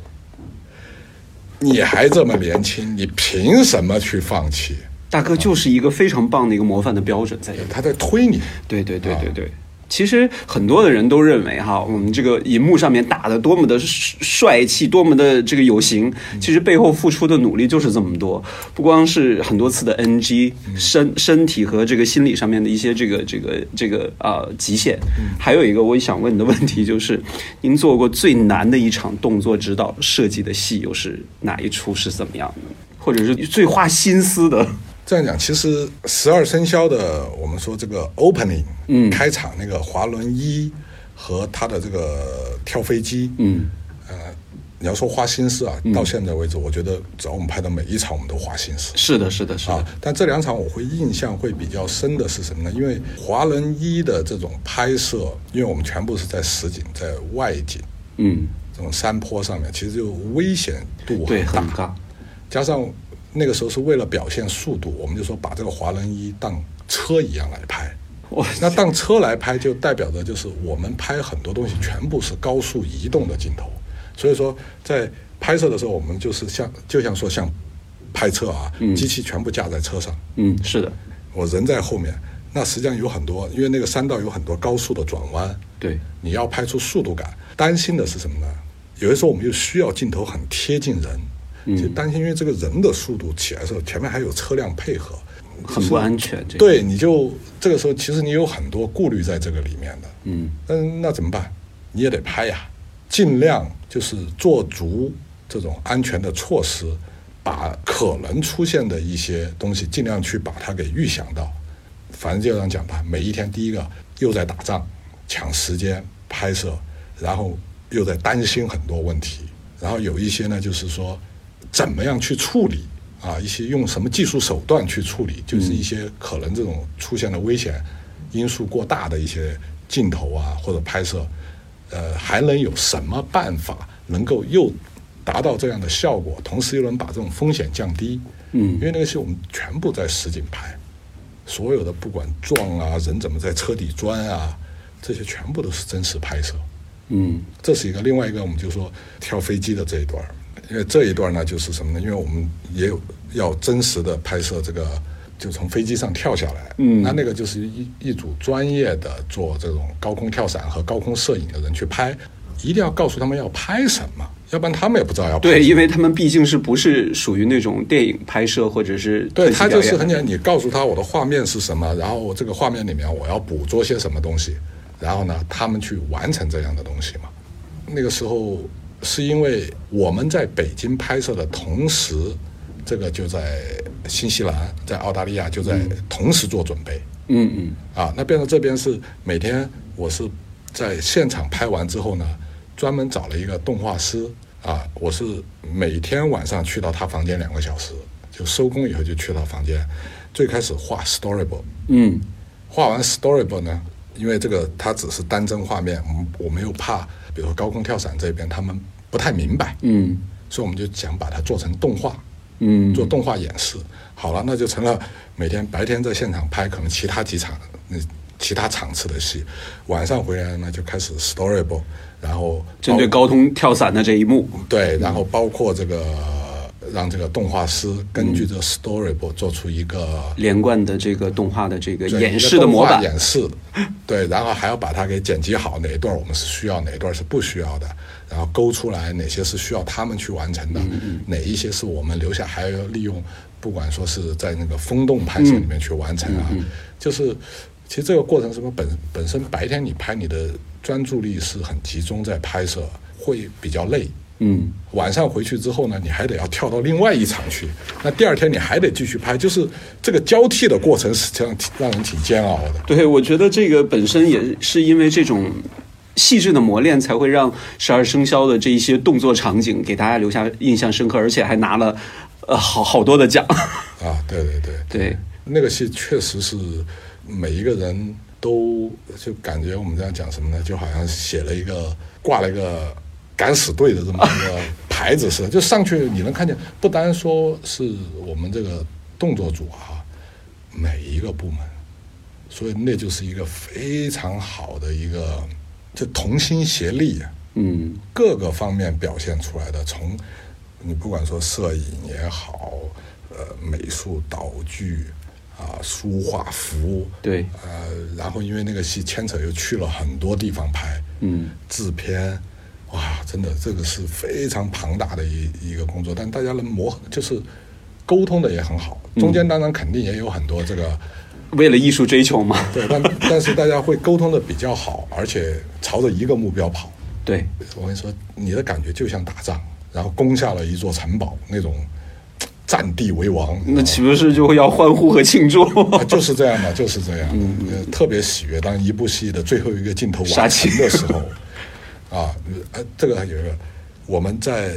Speaker 2: 你还这么年轻，你凭什么去放弃？
Speaker 1: 大哥就是一个非常棒的一个模范的标准在这里。
Speaker 2: 他在推你，
Speaker 1: 对对对对对。其实很多的人都认为哈，我们这个荧幕上面打的多么的帅气，多么的这个有型，其实背后付出的努力就是这么多，不光是很多次的 NG，身身体和这个心理上面的一些这个这个这个啊、呃极限。还有一个我想问你的问题就是，您做过最难的一场动作指导设计的戏又是哪一出？是怎么样的？或者是最花心思的？
Speaker 2: 这样讲，其实十二生肖的，我们说这个 opening，嗯，开场那个滑轮一和他的这个跳飞机，嗯，呃，你要说花心思啊，到现在为止，我觉得只要我们拍的每一场，我们都花心思。
Speaker 1: 是的，是的，是的，
Speaker 2: 啊，但这两场我会印象会比较深的是什么呢？因为华人一的这种拍摄，因为我们全部是在实景，在外景
Speaker 1: 嗯，
Speaker 2: 这种山坡上面，其实就危险度
Speaker 1: 对，
Speaker 2: 很大
Speaker 1: 很。尬。
Speaker 2: 加上那个时候是为了表现速度，我们就说把这个华人一当车一样来拍。
Speaker 1: 我
Speaker 2: 那当车来拍，就代表着就是我们拍很多东西全部是高速移动的镜头，所以说在拍摄的时候，我们就是像就像说像拍车啊，机器全部架在车上，
Speaker 1: 嗯，是的，
Speaker 2: 我人在后面。那实际上有很多，因为那个山道有很多高速的转弯，
Speaker 1: 对，
Speaker 2: 你要拍出速度感。担心的是什么呢？有些时候我们又需要镜头很贴近人，就担心因为这个人的速度起来的时候，前面还有车辆配合，
Speaker 1: 很不安全。这个，
Speaker 2: 对，你就这个时候其实你有很多顾虑在这个里面的。嗯，嗯，那怎么办？你也得拍呀，尽量就是做足这种安全的措施，把可能出现的一些东西尽量去把它给预想到。反正就这样讲吧，每一天第一个又在打仗，抢时间拍摄，然后又在担心很多问题，然后有一些呢就是说怎么样去处理啊，一些用什么技术手段去处理，就是一些可能这种出现的危险因素过大的一些镜头啊或者拍摄，呃，还能有什么办法能够又达到这样的效果，同时又能把这种风险降低？嗯，因为那个戏我们全部在实景拍。所有的不管撞啊，人怎么在车底钻啊，这些全部都是真实拍摄。
Speaker 1: 嗯，
Speaker 2: 这是一个，另外一个我们就说跳飞机的这一段儿，因为这一段呢就是什么呢？因为我们也有要真实的拍摄这个，就从飞机上跳下来。嗯，那那个就是一一组专业的做这种高空跳伞和高空摄影的人去拍，一定要告诉他们要拍什么，要不然他们也不知道要拍什
Speaker 1: 对，
Speaker 2: 么。
Speaker 1: 因为他们毕竟是不是属于那种电影拍摄或者是
Speaker 2: 对
Speaker 1: 特技
Speaker 2: 他
Speaker 1: 表
Speaker 2: 就是
Speaker 1: 演
Speaker 2: 很简单，你告诉他我的画面是什么，然后这个画面里面我要捕捉些什么东西，然后呢，他们去完成这样的东西嘛。那个时候是因为我们在北京拍摄的同时，这个就在新西兰、在澳大利亚就在同时做准备。
Speaker 1: 嗯嗯，
Speaker 2: 啊，那变成这边是每天我是在现场拍完之后呢，专门找了一个动画师啊，我是每天晚上去到他房间两个小时，就收工以后就去他房间，最开始画 storyboard，
Speaker 1: 嗯，
Speaker 2: 画完 storyboard 呢，因为这个它只是单帧画面，我们我们又怕，比如说高空跳伞这边他们不太明白，
Speaker 1: 嗯，
Speaker 2: 所以我们就想把它做成动画，
Speaker 1: 嗯，
Speaker 2: 做动画演示。好了，那就成了每天白天在现场拍，可能其他几场那其他场次的戏，晚上回来呢就开始 storyboard，然后
Speaker 1: 针对嗯高空跳伞的这一幕，
Speaker 2: 对，然后包括这个让这个动画师根据这
Speaker 1: 嗯
Speaker 2: storyboard 做出一个。
Speaker 1: 连贯的这个动画的这个
Speaker 2: 对
Speaker 1: 演示的模
Speaker 2: 一个动画
Speaker 1: 板，
Speaker 2: 演示的，对，然后还要把它给剪辑好，哪一段我们是需要，哪一段是不需要的，然后勾出来哪些是需要他们去完成的，哪一些是我们留下还要利用，不管说是在那个风洞拍摄里面去完成啊，就是其实这个过程什么本本身白天你拍你的专注力是很集中在拍摄，会比较累。
Speaker 1: 嗯，
Speaker 2: 晚上回去之后呢，你还得要跳到另外一场去，那第二天你还得继续拍，就是这个交替的过程实际上挺让人挺煎熬的。
Speaker 1: 对，我觉得这个本身也是因为这种细致的磨练，才会让十二生肖的这一些动作场景给大家留下印象深刻，而且还拿了呃好好多的奖。
Speaker 2: 啊，对对对，
Speaker 1: 对，
Speaker 2: 那个戏确实是每一个人都就感觉我们这样讲什么呢？就好像写了一个挂了一个敢死队的这么一个牌子似的，就上去你能看见，不单说是我们这个动作组啊，每一个部门，所以那就是一个非常好的一个就同心协力、啊。
Speaker 1: 嗯
Speaker 2: 各个方面表现出来的，从你不管说摄影也好，呃，美术道具啊、书画服，
Speaker 1: 对
Speaker 2: 呃，然后因为那个戏牵扯又去了很多地方拍，
Speaker 1: 嗯，
Speaker 2: 制片，哇，真的这个是非常庞大的一一个工作，但大家能磨合，就是沟通的也很好，
Speaker 1: 嗯
Speaker 2: 中间当然肯定也有很多这个。
Speaker 1: 为了艺术追求嘛。
Speaker 2: 对，但但是大家会沟通的比较好，而且朝着一个目标跑，
Speaker 1: 对，
Speaker 2: 我跟你说，你的感觉就像打仗，然后攻下了一座城堡那种嘖占地为王，
Speaker 1: 那岂不是就要欢呼和庆祝？
Speaker 2: 啊就是这样的，就是这样的，呃特别喜悦。当一部戏的最后一个镜头
Speaker 1: 嗯杀
Speaker 2: 完
Speaker 1: 青
Speaker 2: 成的时候，啊，呃，这个还有一个，我们在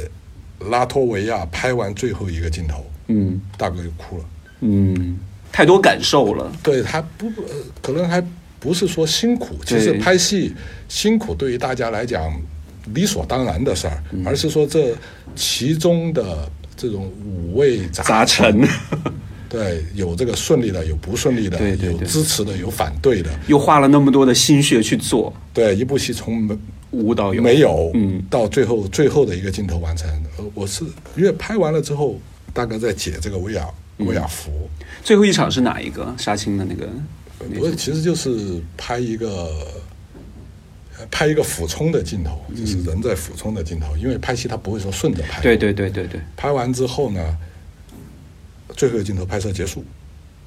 Speaker 2: 拉脱维亚拍完最后一个镜头，
Speaker 1: 嗯
Speaker 2: 大哥就哭了。
Speaker 1: 嗯，太多感受了。
Speaker 2: 对他不，呃可能还不是说辛苦，其实
Speaker 1: 对
Speaker 2: 拍戏辛苦对于大家来讲理所当然的事儿，
Speaker 1: 嗯
Speaker 2: 而是说这其中的这种五味杂
Speaker 1: 杂陈，
Speaker 2: 对，有这个顺利的，有不顺利的，
Speaker 1: 对对
Speaker 2: 有
Speaker 1: 对
Speaker 2: 支持的，有反对的，
Speaker 1: (laughs) 又花了那么多的心血去做，
Speaker 2: 对，一部戏从没
Speaker 1: 舞蹈有
Speaker 2: 没有，
Speaker 1: 嗯，
Speaker 2: 到最后最后的一个镜头完成，呃，我是因为拍完了之后，大哥在解这个威亚
Speaker 1: 嗯
Speaker 2: 威亚服。
Speaker 1: 最后一场是哪一个？杀青的那个？
Speaker 2: 我其实就是拍一个呃拍一个俯冲的镜头，就是人在俯冲的镜头，因为拍戏他不会说顺着拍。
Speaker 1: 对对对对对，
Speaker 2: 拍完之后呢，最后一个镜头拍摄结束，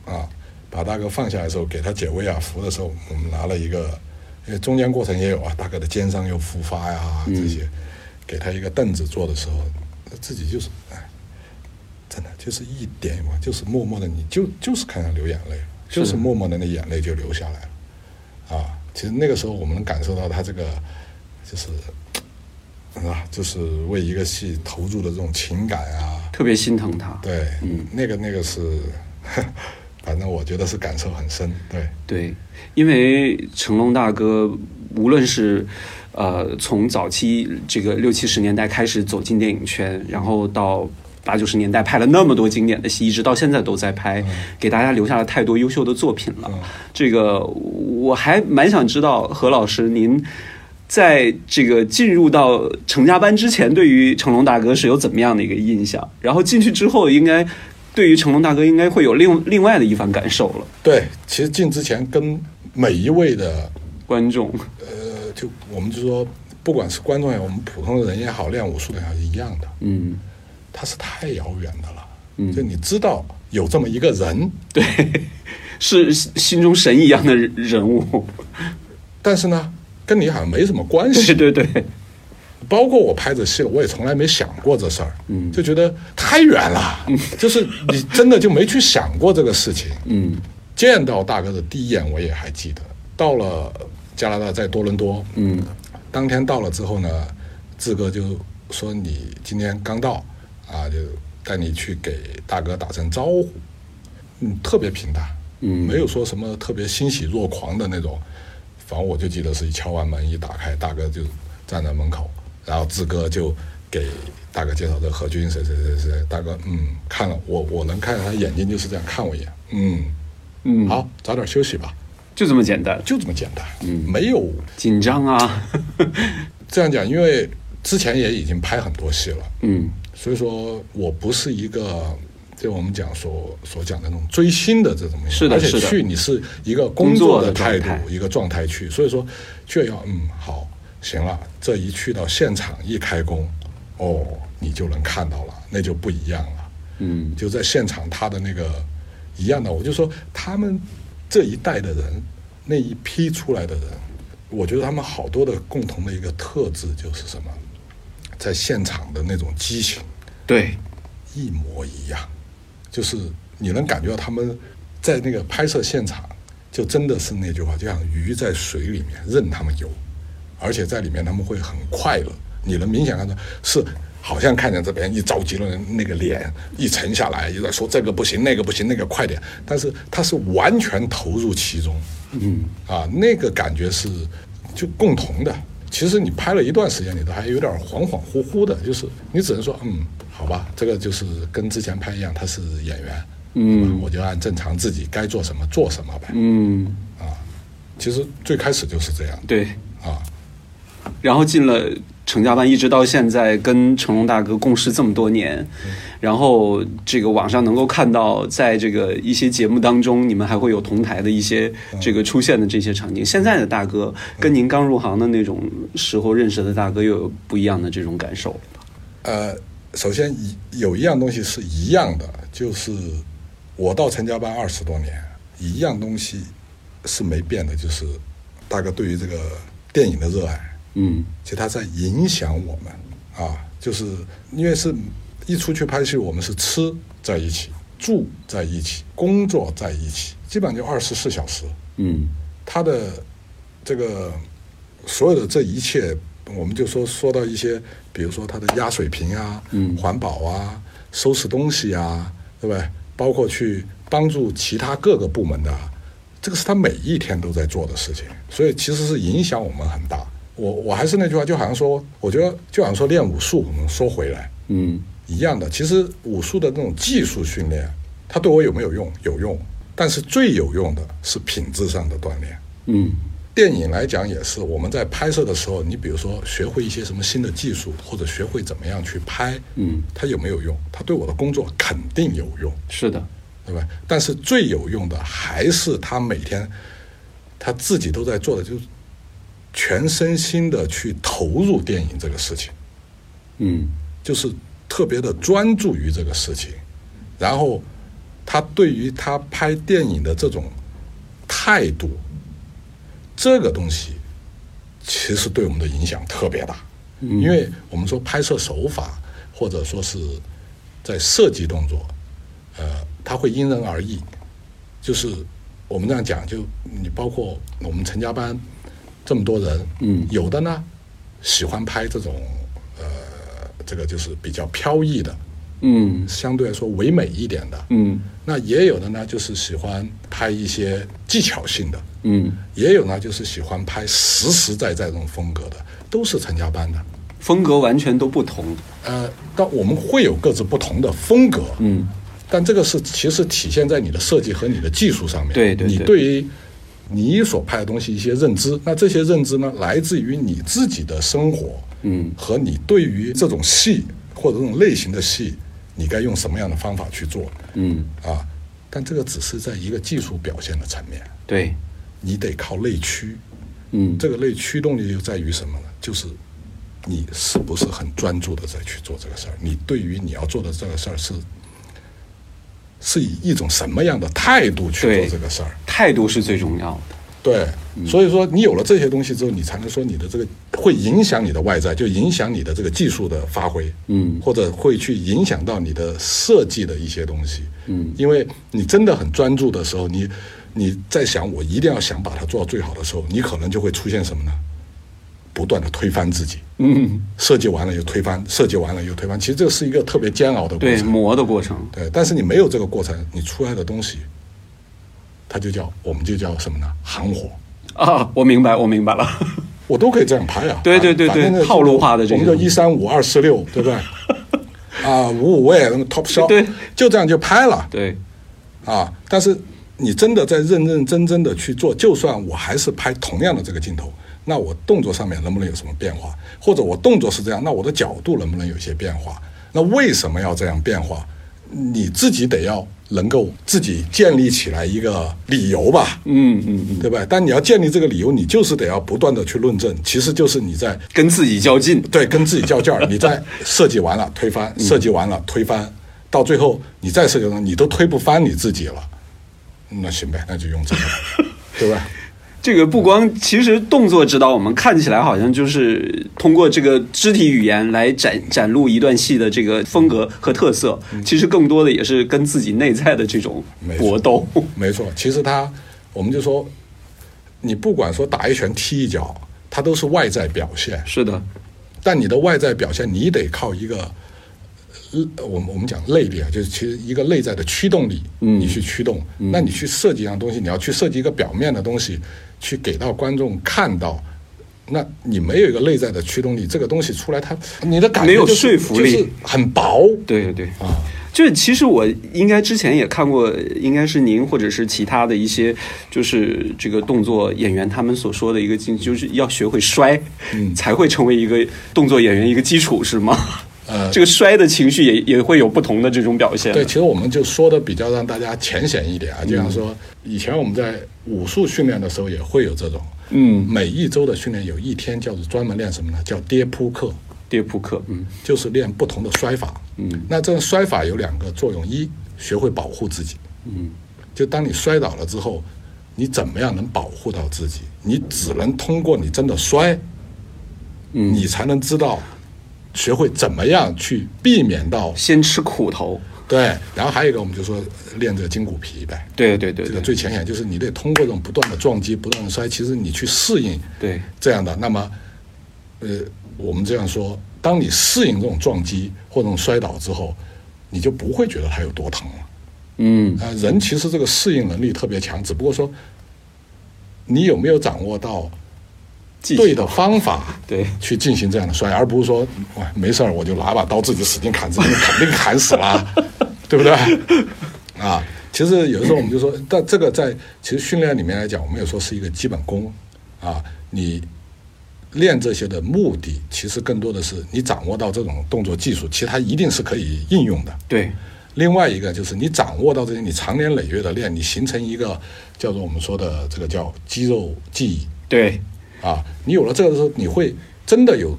Speaker 2: 啊，把大哥放下来的时候，给他解威亚服的时候，我们拿了一个，因为中间过程也有啊，大哥的肩上又复发呀、这些，给他一个凳子坐的时候，自己就是哎，真的就是一点嘛，就是默默的，你就就是看到流眼泪了，就是默默的那眼泪就流下来了。啊，其实那个时候我们能感受到他这个就是啊，就是为一个戏投入的这种情感啊，
Speaker 1: 特别心疼他。
Speaker 2: 对，嗯那个那个是， (laughs) 反正我觉得是感受很深，对，
Speaker 1: 对，因为成龙大哥无论是呃从早期这个六七十年代开始走进电影圈，然后到八九十年代拍了那么多经典的戏，一直到现在都在拍，给大家留下了太多优秀的作品了。这个我还蛮想知道何老师您。在这个进入到成家班之前，对于成龙大哥是有怎么样的一个印象？然后进去之后，应该对于成龙大哥应该会有另另外的一番感受了。
Speaker 2: 对，其实进之前跟每一位的
Speaker 1: 观众，
Speaker 2: 呃，就我们就说，不管是观众也好，我们普通的人也好，练武术的也好，一样的，
Speaker 1: 嗯，
Speaker 2: 他是太遥远的了，
Speaker 1: 嗯
Speaker 2: 就你知道有这么一个人，
Speaker 1: 对，是心中神一样的人物。
Speaker 2: 但是呢，跟你好像没什么
Speaker 1: (laughs)
Speaker 2: 关系
Speaker 1: 对，对对，
Speaker 2: 包括我拍的戏了，我也从来没想过这事儿，嗯，就觉得太远了，就是你真的就没去想过这个事情。
Speaker 1: 嗯
Speaker 2: 见到大哥的第一眼我也还记得，到了加拿大，在多伦多，
Speaker 1: 嗯
Speaker 2: 当天到了之后呢，志哥就说你今天刚到啊，就带你去给大哥打声招呼，嗯，特别平淡，
Speaker 1: 嗯
Speaker 2: 没有说什么特别欣喜若狂的那种。反正我就记得是一敲完门一打开，大哥就站在门口，然后志哥就给大哥介绍这何军谁谁谁谁，大哥嗯看了我我能看他眼睛就是这样看我一眼，嗯
Speaker 1: 嗯，
Speaker 2: 好早点休息吧，
Speaker 1: 就这么简单。
Speaker 2: 就这么简单，嗯，没有
Speaker 1: 紧张啊，
Speaker 2: 这样讲，因为之前也已经拍很多戏了，
Speaker 1: 嗯
Speaker 2: 所以说我不是一个就我们讲所所讲的那种追星的这种人，
Speaker 1: 是的
Speaker 2: 而且
Speaker 1: 是的
Speaker 2: 去你是一个工作的态
Speaker 1: 工作的状
Speaker 2: 度，一个状态去，所以说就要嗯好行了，这一去到现场一开工，哦，你就能看到了，那就不一样了。
Speaker 1: 嗯
Speaker 2: 就在现场他的那个一样的，我就说他们这一代的人，那一批出来的人，我觉得他们好多的共同的一个特质就是什么，在现场的那种激情
Speaker 1: 对，
Speaker 2: 一模一样，就是你能感觉到他们在那个拍摄现场，就真的是那句话，就像鱼在水里面任他们游，而且在里面他们会很快乐，你能明显看到是。好像看见这边一着急了，那个脸一沉下来，又在说这个不行，那个不行，那个快点。但是他是完全投入其中，嗯，啊，那个感觉是就共同的。其实你拍了一段时间，你都还有点恍恍惚惚的，就是你只能说，嗯，好吧，这个就是跟之前拍一样，他是演员，嗯，我就按正常自己该做什么做什么呗，
Speaker 1: 嗯，
Speaker 2: 其实最开始就是这样
Speaker 1: 对。
Speaker 2: 的啊，
Speaker 1: 然后进了成家班，一直到现在跟成龙大哥共事这么多年，然后这个网上能够看到，在这个一些节目当中，你们还会有同台的一些这个出现的这些场景。现在的大哥跟您刚入行的那种时候认识的大哥又有不一样的这种感受了吧？
Speaker 2: 呃，首先一有一样东西是一样的，就是我到陈家班二十多年，一样东西是没变的，就是大哥对于这个电影的热爱，
Speaker 1: 嗯，
Speaker 2: 其实他在影响我们啊，就是因为是一出去拍戏，我们是吃在一起，住在一起，工作在一起，基本上就二十四小时。
Speaker 1: 嗯，
Speaker 2: 他的这个所有的这一切，我们就说说到一些，比如说他的压水瓶啊，
Speaker 1: 嗯
Speaker 2: 环保啊，收拾东西啊，对吧？包括去帮助其他各个部门的啊，这个是他每一天都在做的事情，所以其实是影响我们很大。我我还是那句话，就好像说，我觉得就好像说练武术，我们说回来，
Speaker 1: 嗯，
Speaker 2: 一样的。其实武术的那种技术训练，它对我有没有用？有用，但是最有用的是品质上的锻炼。
Speaker 1: 嗯，
Speaker 2: 电影来讲也是，我们在拍摄的时候，你比如说学会一些什么新的技术，或者学会怎么样去拍，
Speaker 1: 嗯，
Speaker 2: 它有没有用？它对我的工作肯定有用，
Speaker 1: 是的，
Speaker 2: 对吧？但是最有用的还是他每天他自己都在做的，就是全身心的去投入电影这个事情。
Speaker 1: 嗯，
Speaker 2: 就是特别的专注于这个事情，然后他对于他拍电影的这种态度，这个东西其实对我们的影响特别大，因为我们说拍摄手法或者说是在设计动作，呃，它会因人而异，就是我们这样讲，就你包括我们陈家班这么多人，
Speaker 1: 嗯
Speaker 2: 有的呢喜欢拍这种呃，这个就是比较飘逸的，
Speaker 1: 嗯，
Speaker 2: 相对来说唯美一点的，
Speaker 1: 嗯，
Speaker 2: 那也有的呢就是喜欢拍一些技巧性的，
Speaker 1: 嗯，
Speaker 2: 也有呢就是喜欢拍实实在在这种风格的，都是陈家班的。
Speaker 1: 风格完全都不同。
Speaker 2: 呃，但我们会有各自不同的风格，嗯，但这个是其实体现在你的设计和你的技术上面，
Speaker 1: 对对
Speaker 2: 你
Speaker 1: 对
Speaker 2: 对于你所拍的东西一些认知，那这些认知呢，来自于你自己的生活，嗯，和你对于这种戏或者这种类型的戏，你该用什么样的方法去做，嗯，啊，但这个只是在一个技术表现的层面，
Speaker 1: 对，
Speaker 2: 你得靠内驱，
Speaker 1: 嗯，
Speaker 2: 这个内驱动力就在于什么呢？就是你是不是很专注的在去做这个事儿？你对于你要做的这个事儿是是以一种什么样的态度去
Speaker 1: 对
Speaker 2: 做这个事儿？
Speaker 1: 态度是最重要的。
Speaker 2: 对，
Speaker 1: 嗯
Speaker 2: 所以说你有了这些东西之后，你才能说你的这个会影响你的外在，就影响你的这个技术的发挥，
Speaker 1: 嗯
Speaker 2: 或者会去影响到你的设计的一些东西，嗯，因为你真的很专注的时候，你你在想我一定要想把它做到最好的时候，你可能就会出现什么呢？不断的推翻自己，
Speaker 1: 嗯，
Speaker 2: 设计完了又推翻，设计完了又推翻，其实这是一个特别煎熬的过
Speaker 1: 对，
Speaker 2: 程，
Speaker 1: 磨的过程。
Speaker 2: 对，但是你没有这个过程，你出来的东西，它就叫我们就叫什么呢？行活。
Speaker 1: 啊，我明白，我明白了。 (laughs)
Speaker 2: 我都可以这样拍啊。
Speaker 1: 对对对
Speaker 2: 反正
Speaker 1: 对
Speaker 2: 就是
Speaker 1: 套路化的这
Speaker 2: 我们就
Speaker 1: 种
Speaker 2: 一三五二四六，对不
Speaker 1: (laughs)
Speaker 2: 对？啊，五五位那么 top shot，
Speaker 1: 对，
Speaker 2: 就这样就拍了
Speaker 1: 对，
Speaker 2: 啊。但是你真的在认认真真的去做，就算我还是拍同样的这个镜头，那我动作上面能不能有什么变化？或者我动作是这样，那我的角度能不能有一些变化？那为什么要这样变化？你自己得要能够自己建立起来一个理由吧，
Speaker 1: 嗯嗯嗯，
Speaker 2: 对吧？但你要建立这个理由，你就是得要不断的去论证，其实就是你在
Speaker 1: 跟自己较劲。
Speaker 2: 对，跟自己较劲儿。你再设计完了推翻，设计完了推翻，到最后你再设计完，你都推不翻你自己了，那行呗，那就用这个，对吧？
Speaker 1: 这个不光其实动作指导，我们看起来好像就是通过这个肢体语言来展展露一段戏的这个风格和特色，其实更多的也是跟自己内在的这种
Speaker 2: 嗯没错
Speaker 1: 搏斗。 (laughs)
Speaker 2: 没错，其实他，我们就说，你不管说打一拳、踢一脚，它都是外在表现。
Speaker 1: 是的，
Speaker 2: 但你的外在表现，你得靠一个，呃，我们我们讲内力啊，就是其实一个内在的驱动力，
Speaker 1: 嗯
Speaker 2: 你去驱动。那你去设计一样东西，你要去设计一个表面的东西，去给到观众看到。那你没有一个内在的驱动力，这个东西出来它，你的感觉、
Speaker 1: 没有
Speaker 2: 就是
Speaker 1: 说服力
Speaker 2: 就是很薄。啊
Speaker 1: 对对就是其实我应该之前也看过，应该是您或者是其他的一些，就是这个动作演员他们所说的一个经，就是要学会摔，
Speaker 2: 嗯
Speaker 1: (laughs) 才会成为一个动作演员一个基础，是吗？
Speaker 2: 呃
Speaker 1: 这个摔的情绪也也会有不同的这种表现。
Speaker 2: 对，其实我们就说的比较让大家浅显一
Speaker 1: 嗯
Speaker 2: 点啊，就像说以前我们在武术训练的时候也会有这种，嗯，每一周的训练有一天叫做专门练什么呢？叫跌扑课，
Speaker 1: 跌扑克，嗯，
Speaker 2: 就是练不同的摔法。嗯，那这个摔法有两个作用：一，学会保护自己。嗯，就当你摔倒了之后，你怎么样能保护到自己？你只能通过你真的摔，嗯，你才能知道学会怎么样去避免到
Speaker 1: 先吃苦头。
Speaker 2: 对，然后还有一个，我们就说练这个筋骨皮呗。
Speaker 1: 对对对
Speaker 2: 这
Speaker 1: 对
Speaker 2: 个最浅显就是你得通过这种不断的撞击、不断的摔，其实你去适应
Speaker 1: 对
Speaker 2: 这样的。那么，呃，我们这样说，当你适应这种撞击或这种摔倒之后，你就不会觉得它有多疼了。
Speaker 1: 嗯，
Speaker 2: 呃，人其实这个适应能力特别强，只不过说你有没有掌握到
Speaker 1: 技巧
Speaker 2: 对的方法，
Speaker 1: 对
Speaker 2: 去进行这样的摔，而不是说，哎，没事儿我就拿把刀自己使劲砍自己，肯定砍死了，对不对？啊，其实有的时候我们就说，但这个在其实训练里面来讲，我们也说是一个基本功啊，你。练这些的目的，其实更多的是你掌握到这种动作技术，其实它一定是可以应用的。
Speaker 1: 对，
Speaker 2: 另外一个就是你掌握到这些，你长年累月的练，你形成一个叫做我们说的这个叫肌肉记忆
Speaker 1: 对，
Speaker 2: 啊。你有了这个的时候，你会真的有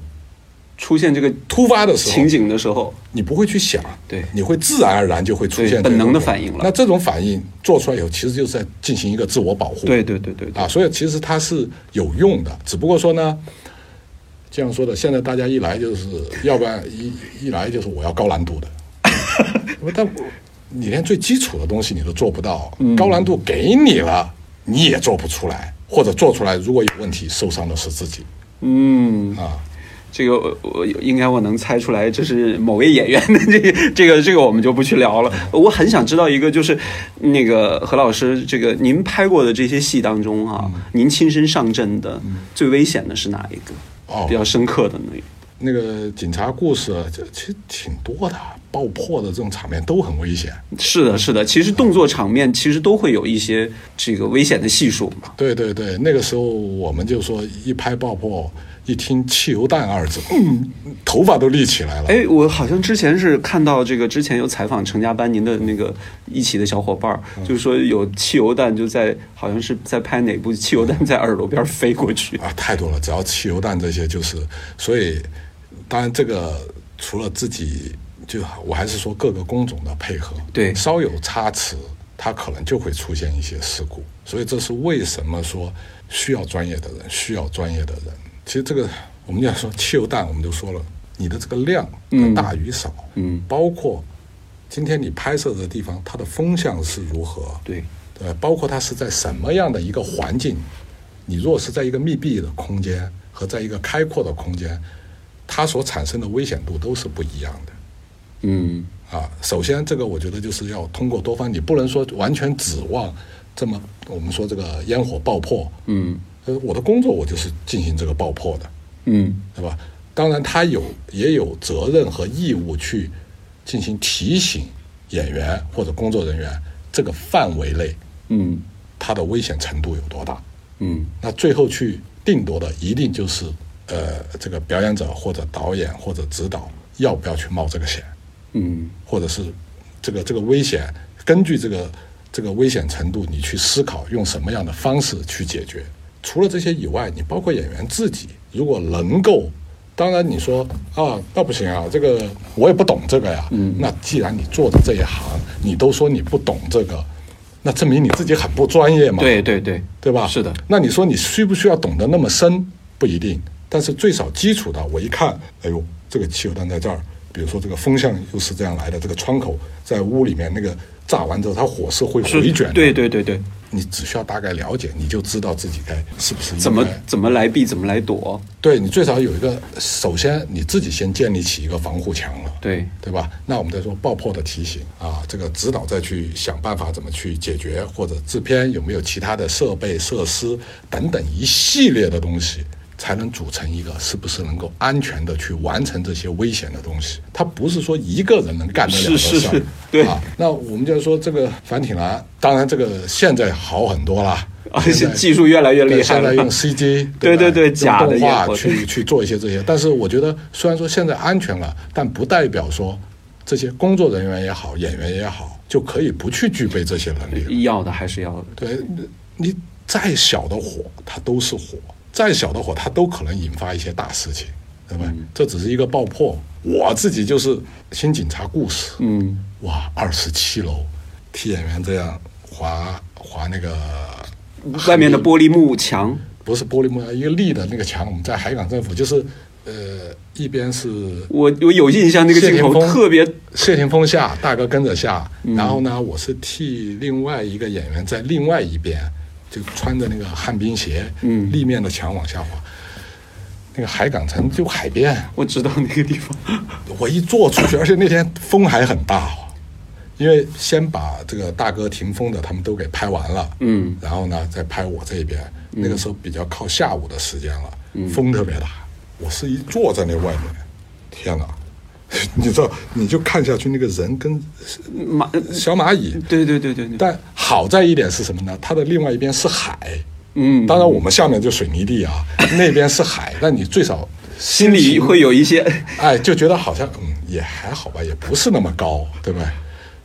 Speaker 1: 出现这个
Speaker 2: 突发的时候
Speaker 1: 情，景的时候，
Speaker 2: 你不会去想，
Speaker 1: 对
Speaker 2: 你会自然而然就会出现
Speaker 1: 对
Speaker 2: 这
Speaker 1: 本能的
Speaker 2: 种
Speaker 1: 反应了
Speaker 2: 那这种反应做出来以后，其实就是在进行一个自我保护。
Speaker 1: 对对对对对，
Speaker 2: 啊，所以其实它是有用的，只不过说呢，这样说的，现在大家一来就是，要不然一一来就是我要高难度的，不但你连最基础的东西你都做不到，
Speaker 1: 嗯
Speaker 2: 高难度给你了，你也做不出来，或者做出来如果有问题，受伤的是自己
Speaker 1: 嗯。
Speaker 2: 啊。
Speaker 1: 这个我我应该我能猜出来，这是某位演员的 (laughs) 这个这个这个我们就不去聊了。我很想知道一个，就是那个何老师，这个您拍过的这些戏当中啊，您亲身上阵的最危险的是哪一个？
Speaker 2: 哦
Speaker 1: 比较深刻的那一个。
Speaker 2: 那个警察故事这其实挺多的，爆破的这种场面都很危险。
Speaker 1: 是的，是的，其实动作场面其实都会有一些这个危险的系数嘛。
Speaker 2: 对对对，那个时候我们就说一拍爆破，一听汽油弹二字，嗯，头发都立起来了。
Speaker 1: 哎，我好像之前是看到这个，之前有采访成家班您的那个一起的小伙伴儿，
Speaker 2: 嗯
Speaker 1: 就是说有汽油弹就在，好像是在拍哪部汽油弹在耳朵边儿飞过去。
Speaker 2: 啊，太多了，只要汽油弹这些就是，所以当然这个除了自己，就我还是说各个工种的配合，
Speaker 1: 对
Speaker 2: 稍有差池，它可能就会出现一些事故，所以这是为什么说需要专业的人，需要专业的人。其实这个我们要说汽油弹，我们就说了，你的这个量的大与少，嗯，包括今天你拍摄的地方，它的风向是如何，
Speaker 1: 对，
Speaker 2: 对，呃包括它是在什么样的一个环境，你若是在一个密闭的空间和在一个开阔的空间，它所产生的危险度都是不一样的
Speaker 1: 嗯，
Speaker 2: 啊。首先，这个我觉得就是要通过多方，你不能说完全指望这么我们说这个烟火爆破，嗯，我的工作我就是进行这个爆破的，
Speaker 1: 嗯，
Speaker 2: 对吧？当然，他有也有责任和义务去进行提醒演员或者工作人员这个范围内，
Speaker 1: 嗯，
Speaker 2: 它的危险程度有多大。
Speaker 1: 嗯，
Speaker 2: 那最后去定夺的一定就是呃，这个表演者或者导演或者指导要不要去冒这个险，
Speaker 1: 嗯，
Speaker 2: 或者是这个这个危险，根据这个这个危险程度，你去思考用什么样的方式去解决。除了这些以外，你包括演员自己，如果能够，当然你说啊，那不行啊，这个我也不懂这个呀。嗯，那既然你做的这一行，你都说你不懂这个，那证明你自己很不专业嘛，
Speaker 3: 对对对，
Speaker 2: 对吧？
Speaker 3: 是的。
Speaker 2: 那你说你需不需要懂得那么深？不一定，但是最少基础的，我一看，哎呦，这个汽油弹在这儿，比如说这个风向又是这样来的，这个窗口在屋里面那个炸完之后，它火是会
Speaker 3: 是
Speaker 2: 回卷的，
Speaker 3: 对对对对，
Speaker 2: 你只需要大概了解，你就知道自己该是不是应该
Speaker 3: 怎么怎么来避，怎么来躲，
Speaker 2: 对你最少有一个，首先你自己先建立起一个防护墙了，
Speaker 3: (laughs) 对
Speaker 2: 对吧？那我们再说爆破的提醒啊，这个指导再去想办法怎么去解决，或者制片有没有其他的设备设施等等一系列的东西，才能组成一个是不是能够安全的去完成这些危险的东西。它不是说一个人能干得了
Speaker 3: 是
Speaker 2: 的事
Speaker 3: 是
Speaker 2: 儿，
Speaker 3: 是对
Speaker 2: 啊。那我们就说这个反挺栏，当然这个现在好很多啦。
Speaker 3: 而且
Speaker 2: 现在
Speaker 3: 啊技术越来越厉
Speaker 2: 对
Speaker 3: 害
Speaker 2: 现在
Speaker 3: 了
Speaker 2: 用。CG，
Speaker 3: 对
Speaker 2: 吧
Speaker 3: 对对
Speaker 2: 用
Speaker 3: 假的
Speaker 2: 动
Speaker 3: 烟
Speaker 2: 画
Speaker 3: 火
Speaker 2: 去去做一些这些。但是我觉得，虽然说现在安全了，但不代表说这些工作人员也好，演员也好，就可以不去具备这些能力了。
Speaker 3: (laughs) 要的还是要的，
Speaker 2: 对，你再小的火，它都是火；再小的火，它都可能引发一些大事情，对吧？
Speaker 3: 嗯
Speaker 2: 这只是一个爆破。我自己就是《新警察故事》，
Speaker 3: 嗯，
Speaker 2: 哇，二十七楼，替演员这样滑滑那个
Speaker 3: 外面的玻璃幕墙，
Speaker 2: 不是玻璃幕墙，一个立的那个墙，我们在海港政府就是，呃，一边是
Speaker 3: 我我有印象那个
Speaker 2: 谢
Speaker 3: 镜
Speaker 2: 霆
Speaker 3: 头
Speaker 2: 锋
Speaker 3: 特别
Speaker 2: 谢霆锋下，大哥跟着下，然后呢，我是替另外一个演员在另外一边，就穿着那个旱冰鞋，
Speaker 3: 嗯
Speaker 2: 立面的墙往下滑。那个海港城就海边，
Speaker 3: 我知道那个地方， (laughs)
Speaker 2: 我一坐出去，而且那天风还很大哦，因为先把这个大哥霆锋的他们都给拍完了，
Speaker 3: 嗯，
Speaker 2: 然后呢再拍我这边，那个时候比较靠下午的时间了，
Speaker 3: 嗯
Speaker 2: 风特别大，我是一坐在那外面，天哪！ (laughs) 你知道，你就看下去那个人跟
Speaker 3: 马，
Speaker 2: 小蚂蚁，
Speaker 3: 对对对对对，
Speaker 2: 但好在一点是什么呢？它的另外一边是海，
Speaker 3: 嗯，
Speaker 2: 当然我们下面就水泥地啊，那边是海，但你最少
Speaker 3: 心里会有一些，
Speaker 2: (laughs) 哎，就觉得好像嗯也还好吧，也不是那么高，对不对？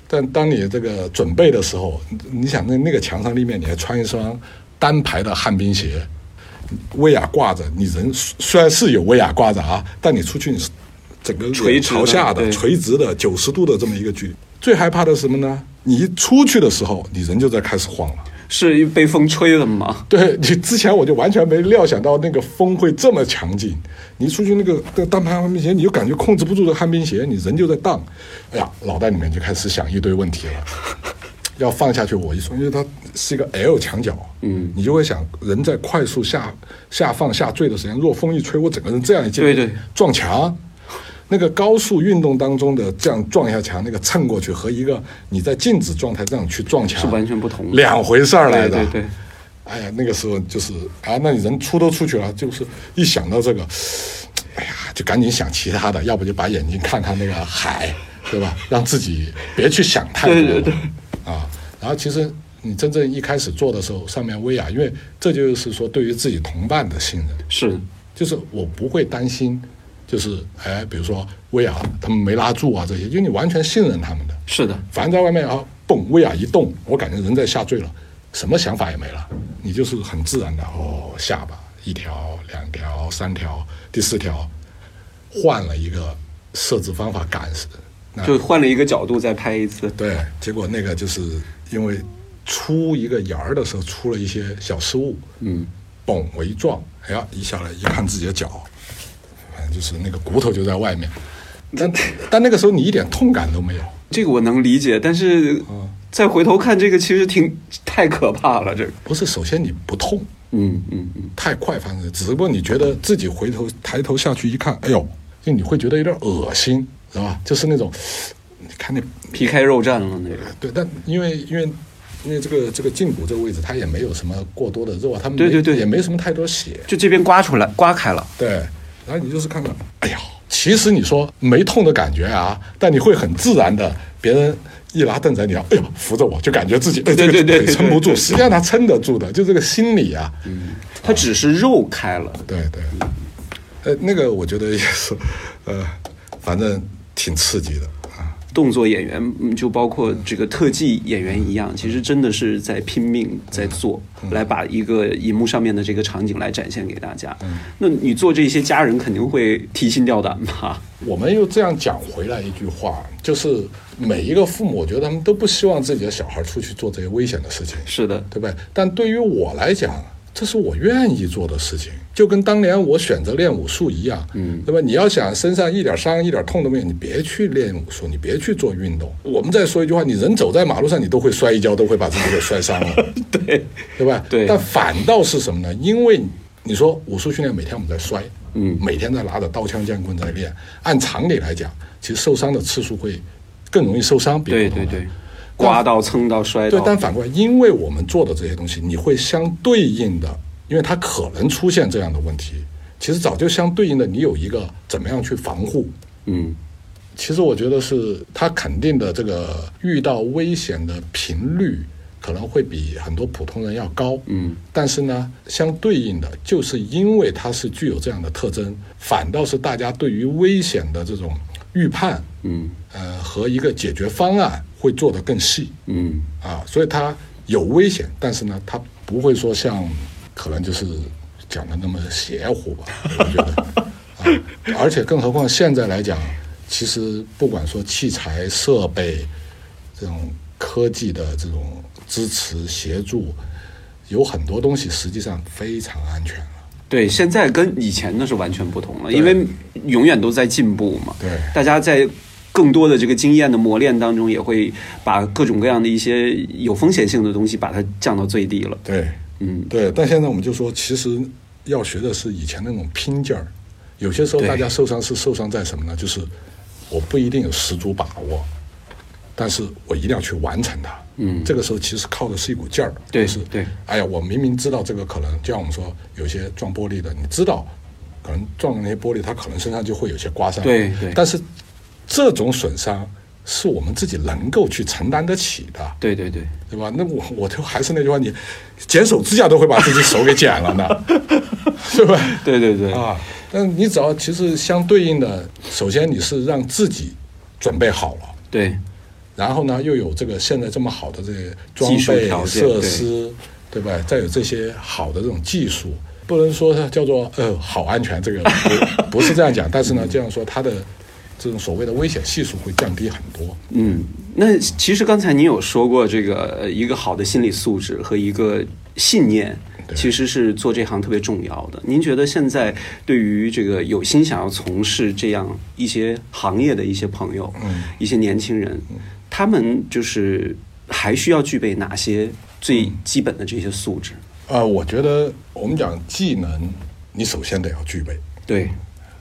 Speaker 2: 但当你这个准备的时候，你你想那那个墙上立面你还穿一双单排的旱冰鞋，威亚挂着，你人虽然是有威亚挂着啊，但你出去你是整个
Speaker 3: 垂
Speaker 2: 脸
Speaker 3: 直的
Speaker 2: 朝下的、
Speaker 3: 对
Speaker 2: 垂直的九十度的这么一个距离。最害怕的是什么呢？你一出去的时候，你人就在开始晃了。
Speaker 3: 是被风吹的嘛？
Speaker 2: (laughs) 对你之前我就完全没料想到那个风会这么强劲，你出去那个那个单排旱冰鞋，你就感觉控制不住这个旱冰鞋，你人就在荡，哎呀，脑袋里面就开始想一堆问题了。要放下去，我一说，因为它是一个 L 墙角，嗯，你就会想，人在快速下下放下坠的时间，若风一吹，我整个人这样一劲，
Speaker 3: 对对
Speaker 2: 撞墙。那个高速运动当中的这样撞一下墙，那个蹭过去和一个你在静止状态这样去撞墙
Speaker 3: 是完全不同的
Speaker 2: 两回事儿来的。
Speaker 3: 对对对
Speaker 2: 哎呀，那个时候就是啊，那你人出都出去了，就是一想到这个，哎呀，就赶紧想其他的，要不就把眼睛看看那个海，对吧？让自己别去想太多。
Speaker 3: 对对对
Speaker 2: 啊，然后其实你真正一开始做的时候，上面威亚，因为这就是说对于自己同伴的信任，
Speaker 3: 是，
Speaker 2: 就是我不会担心，就是哎，比如说威亚他们没拉住啊这些，因为你完全信任他们的。
Speaker 3: 是的，
Speaker 2: 反正在外面啊，蹦威亚一动，我感觉人在下坠了，什么想法也没了，你就是很自然的哦，下巴一条、两条、三条，第四条，换了一个设置方法赶死，那
Speaker 3: 就换了一个角度再拍一次，
Speaker 2: 对，结果那个就是因为出一个沿儿的时候出了一些小失误，嗯，嘣，我一撞，哎呀，一下来一看自己的脚，反正就是那个骨头就在外面，但但那个时候你一点痛感都没有。
Speaker 3: 这个我能理解，但是再回头看这个其实挺太可怕了，这个，
Speaker 2: 不是，首先你不痛，
Speaker 3: 嗯嗯嗯，
Speaker 2: 太快发生，只不过你觉得自己回头抬头下去一看，哎呦，就你会觉得有点恶心，是吧？就是那种，你看那
Speaker 3: 皮开肉绽了那个，
Speaker 2: 对，但因为因为因为这个这个胫骨这个位置，它也没有什么过多的肉啊，它没
Speaker 3: 对对对
Speaker 2: 也没什么太多血，
Speaker 3: 就这边刮出来，刮开了，
Speaker 2: 对，然后你就是看看，哎呀，其实你说没痛的感觉啊，但你会很自然的，别人一拉凳子，你要哎呦扶着我，就感觉自己哎这个
Speaker 3: 对对对
Speaker 2: 腿撑不
Speaker 3: 对对
Speaker 2: 住，实际上他撑得住的，就这个心理啊，
Speaker 3: 它只是肉开了，
Speaker 2: 对对，呃，那个我觉得也是，呃，反正挺刺激的啊。
Speaker 1: 动作演员，嗯就包括这个特技演员一样，其实真的是在拼命在
Speaker 2: 嗯
Speaker 1: 做，来把一个荧幕上面的这个场景来展现给大家。
Speaker 2: 嗯
Speaker 1: 那你做这些，家人肯定会提心吊胆吧？
Speaker 2: 我们又这样讲回来一句话，就是每一个父母，我觉得他们都不希望自己的小孩出去做这些危险的事情，
Speaker 1: 是的，
Speaker 2: 对不对？但对于我来讲，这是我愿意做的事情，就跟当年我选择练武术一样，嗯，对吧？你要想身上一点伤、一点痛都没有，你别去练武术，你别去做运动。我们再说一句话，你人走在马路上，你都会摔一跤，都会把自己给摔伤了，
Speaker 1: (laughs) 对，
Speaker 2: 对吧？
Speaker 1: 对
Speaker 2: 但反倒是什么呢？因为你说武术训练每天我们在摔，嗯，每天在拿着刀枪剑棍在练，按常理来讲，其实受伤的次数会更容易受伤，比
Speaker 1: 对
Speaker 2: 普通
Speaker 1: 对
Speaker 2: 人
Speaker 1: 对，刮到、蹭到、摔
Speaker 2: 嗯对，但
Speaker 1: 到，
Speaker 2: 反过来，因为我们做的这些东西，你会相对应的，因为它可能出现这样的问题，其实早就相对应的，你有一个怎么样去防护。
Speaker 1: 嗯，
Speaker 2: 其实我觉得是他肯定的，这个遇到危险的频率可能会比很多普通人要高。
Speaker 1: 嗯，
Speaker 2: 但是呢，相对应的，就是因为它是具有这样的特征，反倒是大家对于危险的这种预判，
Speaker 1: 嗯，
Speaker 2: 呃，和一个解决方案会做得更细。
Speaker 1: 嗯，
Speaker 2: 啊，所以它有危险，但是呢，它不会说像可能就是讲的那么邪乎吧，我觉得。啊，而且更何况现在来讲，其实不管说器材设备这种科技的这种支持协助，有很多东西实际上非常安全了。
Speaker 1: 对，现在跟以前的是完全不同了，因为永远都在进步嘛。
Speaker 2: 对
Speaker 1: 大家在更多的这个经验的磨练当中，也会把各种各样的一些有风险性的东西把它降到最低了。
Speaker 2: 对，
Speaker 1: 嗯，
Speaker 2: 对，但现在我们就说，其实要学的是以前那种拼劲儿。有些时候
Speaker 1: 对
Speaker 2: 大家受伤是受伤在什么呢？就是我不一定有十足把握，但是我一定要去完成它。嗯，这个时候其实靠的是一股劲儿。
Speaker 1: 对
Speaker 2: 就是
Speaker 1: 对。
Speaker 2: 哎呀，我明明知道这个可能，就像我们说，有些撞玻璃的，你知道，可能撞了那些玻璃，它可能身上就会有些刮伤。
Speaker 1: 对对
Speaker 2: 但是这种损伤是我们自己能够去承担得起的。
Speaker 1: 对对对，
Speaker 2: 对吧？那我我就还是那句话，你剪手指甲都会把自己手给剪了呢， (laughs) 是吧？
Speaker 1: 对对对，
Speaker 2: 啊，但你只要其实相对应的，首先你是让自己准备好了，
Speaker 1: 对
Speaker 2: 然后呢又有这个现在这么好的这些装
Speaker 1: 技术
Speaker 2: 备
Speaker 1: 条件
Speaker 2: 设施，对吧？再有这些好的这种技术，不能说是叫做呃好安全，这个不 (laughs) 不是这样讲，但是呢这样说它的这种所谓的危险系数会降低很多。
Speaker 1: 嗯，那其实刚才您有说过，这个呃一个好的心理素质和一个信念，其实是做这行特别重要的。您觉得现在对于这个有心想要从事这样一些行业的一些朋友，
Speaker 2: 嗯
Speaker 1: 一些年轻人，他们就是还需要具备哪些最
Speaker 2: 嗯
Speaker 1: 基本的这些素质？
Speaker 2: 呃，我觉得我们讲技能，你首先得要具备。
Speaker 1: 对，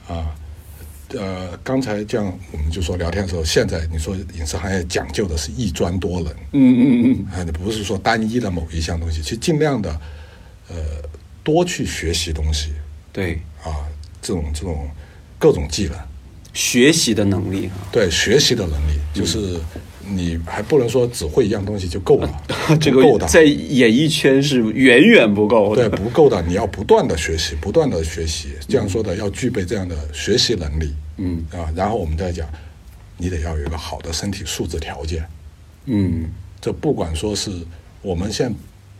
Speaker 2: 啊，呃，刚才这样我们就说聊天的时候，现在你说影视行业讲究的是一专多能，
Speaker 1: 嗯嗯嗯，
Speaker 2: 啊，你不是说单一的某一项东西，其实尽量的，呃，多去学习东西
Speaker 1: 对，
Speaker 2: 啊，这种这种各种技能，
Speaker 1: 学习的能力
Speaker 2: 对学习的能力，就是
Speaker 1: 嗯
Speaker 2: 你还不能说只会一样东西就够了
Speaker 1: 啊，， (laughs) 这
Speaker 2: 不够
Speaker 1: 个
Speaker 2: 的，
Speaker 1: 在演艺圈是远远不够
Speaker 2: 对
Speaker 1: 的。
Speaker 2: 不够的，你要不断的学习，不断的学习，这样说的要具备这样的学习能力，
Speaker 1: 嗯
Speaker 2: 啊，然后我们再讲，你得要有一个好的身体素质条件，
Speaker 1: 嗯，
Speaker 2: 这不管说是我们现在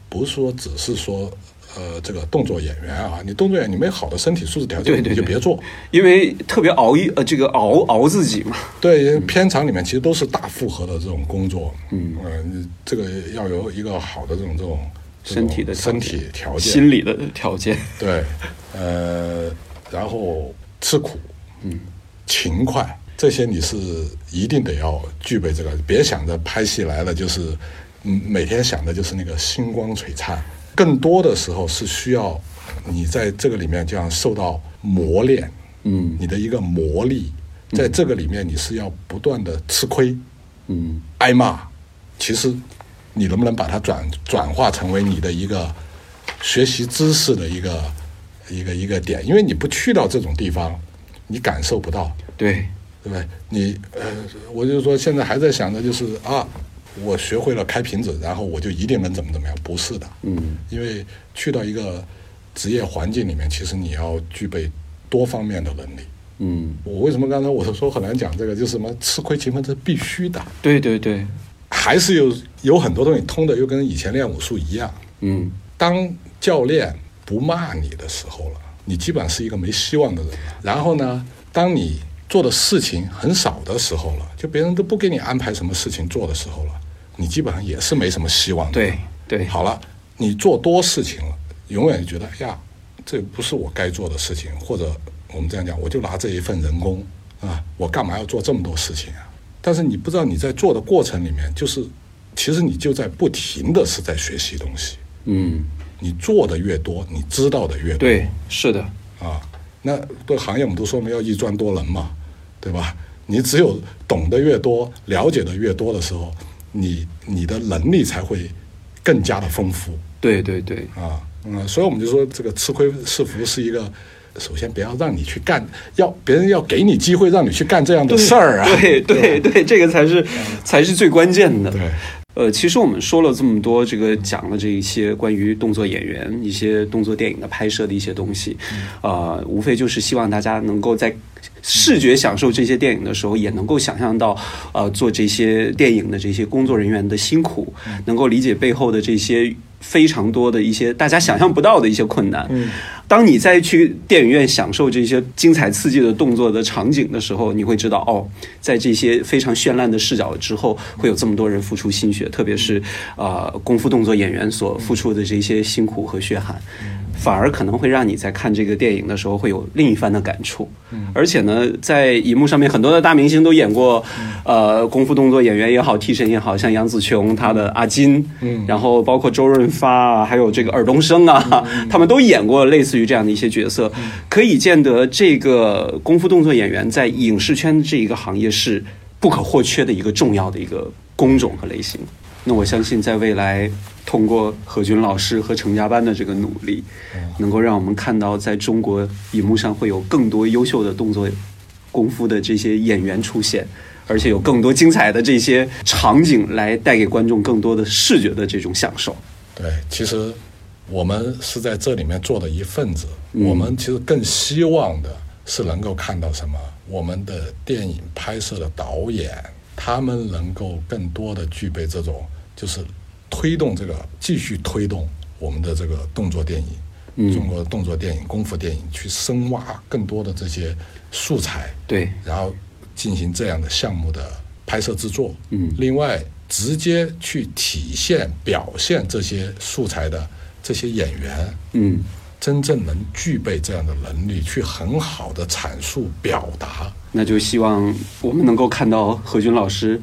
Speaker 2: 不是说只是说呃这个动作演员啊，你动作演员你没好的身体素质条件
Speaker 1: 对对
Speaker 2: 你就
Speaker 1: 对
Speaker 2: 别做，
Speaker 1: 因为特别熬一呃，这个熬熬自己嘛。
Speaker 2: 对，片场里面其实都是大负荷的这种工作，嗯，呃，你这个要有一个好的这种这种这种
Speaker 1: 身体的条件
Speaker 2: 身体条件，
Speaker 1: 心理的条件，
Speaker 2: 对，呃，然后吃苦，嗯，勤快，这些你是一定得要具备这个，别想着拍戏来了就是，嗯，每天想的就是那个星光璀璨，更多的时候是需要你在这个里面这样受到磨练，
Speaker 1: 嗯
Speaker 2: 你的一个磨砺，在这个里面你是要不断的吃亏，
Speaker 1: 嗯，
Speaker 2: 挨骂，其实你能不能把它转转化成为你的一个学习知识的一个一个一个点？因为你不去到这种地方，你感受不到，
Speaker 1: 对，
Speaker 2: 对不对？你呃，我就说现在还在想着就是啊，我学会了开瓶子，然后我就一定能怎么怎么样？不是的，
Speaker 1: 嗯，
Speaker 2: 因为去到一个职业环境里面，其实你要具备多方面的能力，
Speaker 1: 嗯，
Speaker 2: 我为什么刚才我说很难讲这个，就是什么吃亏勤奋这是必须的，
Speaker 1: 对对对，
Speaker 2: 还是有有很多东西通的，又跟以前练武术一样。
Speaker 1: 嗯
Speaker 2: 当教练不骂你的时候了，你基本上是一个没希望的人了。然后呢，当你做的事情很少的时候了，就别人都不给你安排什么事情做的时候了，你基本上也是没什么希望的。
Speaker 1: 对对
Speaker 2: 好了，你做多事情了，永远觉得哎呀，这不是我该做的事情，或者我们这样讲，我就拿这一份人工啊，我干嘛要做这么多事情啊？但是你不知道你在做的过程里面，就是其实你就在不停的是在学习东西。
Speaker 1: 嗯，
Speaker 2: 你做的越多，你知道的越多。
Speaker 1: 对，是的，
Speaker 2: 啊，那对行业我们都说我们要一专多能嘛，对吧？你只有懂得越多，了解的越多的时候，你你的能力才会更加的丰富
Speaker 1: 对对对，
Speaker 2: 啊。嗯，所以我们就说这个吃亏是福是一个，首先不要让你去干，要别人要给你机会让你去干这样的事儿啊。嗯
Speaker 1: 对对对，这个才是才是最关键的。
Speaker 2: 对
Speaker 1: 呃，其实我们说了这么多，这个讲了这一些关于动作演员、一些动作电影的拍摄的一些东西，
Speaker 2: 嗯
Speaker 1: 呃，无非就是希望大家能够在视觉享受这些电影的时候，也能够想象到，呃，做这些电影的这些工作人员的辛苦，
Speaker 2: 嗯
Speaker 1: 能够理解背后的这些非常多的一些大家想象不到的一些困难。嗯，当你再去电影院享受这些精彩刺激的动作的场景的时候，你会知道哦，在这些非常绚烂的视角之后，会有这么多人付出心血，特别是呃功夫动作演员所付出的这些辛苦和血汗。反而可能会让你在看这个电影的时候会有另一番的感触。而且呢，在荧幕上面很多的大明星都演过，呃，功夫动作演员也好，替身也好，像杨紫琼她的阿金，然后包括周润发啊，还有这个尔冬升啊， (laughs) 他们都演过类似于这样的一些角色，可以见得这个功夫动作演员在影视圈这一个行业是不可或缺的一个重要的一个工种和类型。那我相信，在未来，通过何军老师和程家班的这个努力，能够让我们看到，在中国荧幕上会有更多优秀的动作功夫的这些演员出现，而且有更多精彩的这些场景来带给观众更多的视觉的这种享受。
Speaker 2: 对，其实我们是在这里面做的一份子，我们其实更希望的是能够看到什么？我们的电影拍摄的导演，他们能够更多的具备这种，就是推动这个，继续推动我们的这个动作电影，中国的动作电影、功夫电影去深挖更多的这些素材，
Speaker 1: 对，
Speaker 2: 然后进行这样的项目的拍摄制作。嗯，另外直接去体现表现这些素材的这些演员，
Speaker 1: 嗯，
Speaker 2: 真正能具备这样的能力，去很好的阐述表达。
Speaker 1: 那就希望我们能够看到何军老师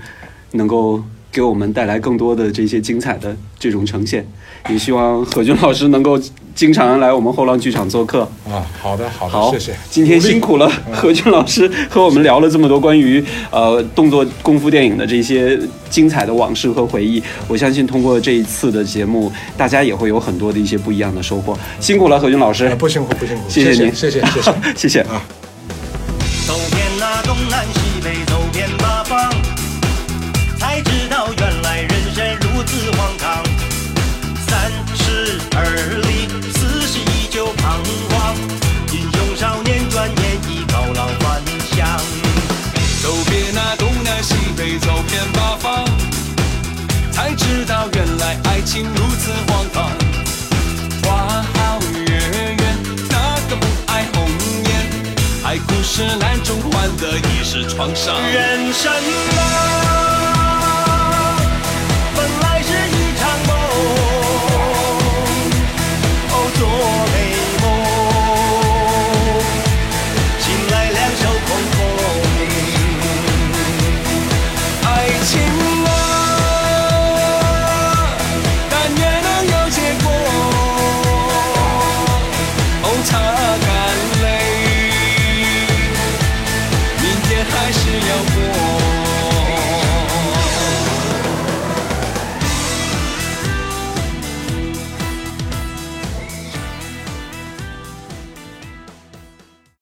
Speaker 1: 能够给我们带来更多的这些精彩的这种呈现，也希望何军老师能够经常来我们后浪剧场做客。
Speaker 2: 啊，好的，好的，
Speaker 1: 好，
Speaker 2: 谢谢。
Speaker 1: 今天辛
Speaker 2: 努力
Speaker 1: 苦了， (laughs) 何军老师和我们聊了这么多关于呃动作功夫电影的这些精彩的往事和回忆。我相信通过这一次的节目，大家也会有很多的一些不一样的收获。辛苦了，何军老师
Speaker 2: 哎，，不辛苦，不辛苦，
Speaker 1: 谢
Speaker 2: 谢
Speaker 1: 您，
Speaker 2: 谢谢，谢谢。
Speaker 1: (laughs) 谢谢。
Speaker 2: 啊。
Speaker 4: 走遍那东南西北，走遍八方，才知道原来人生如此荒唐。三十而立，四十依旧彷徨，英雄少年转眼已高老还乡。
Speaker 5: 走遍那东南西北，走遍八方，才知道原来爱情如此荒唐。花好月圆，哪个不爱红颜？爱苦是难中换得一世创伤。
Speaker 4: 人生哦
Speaker 5: 啊哦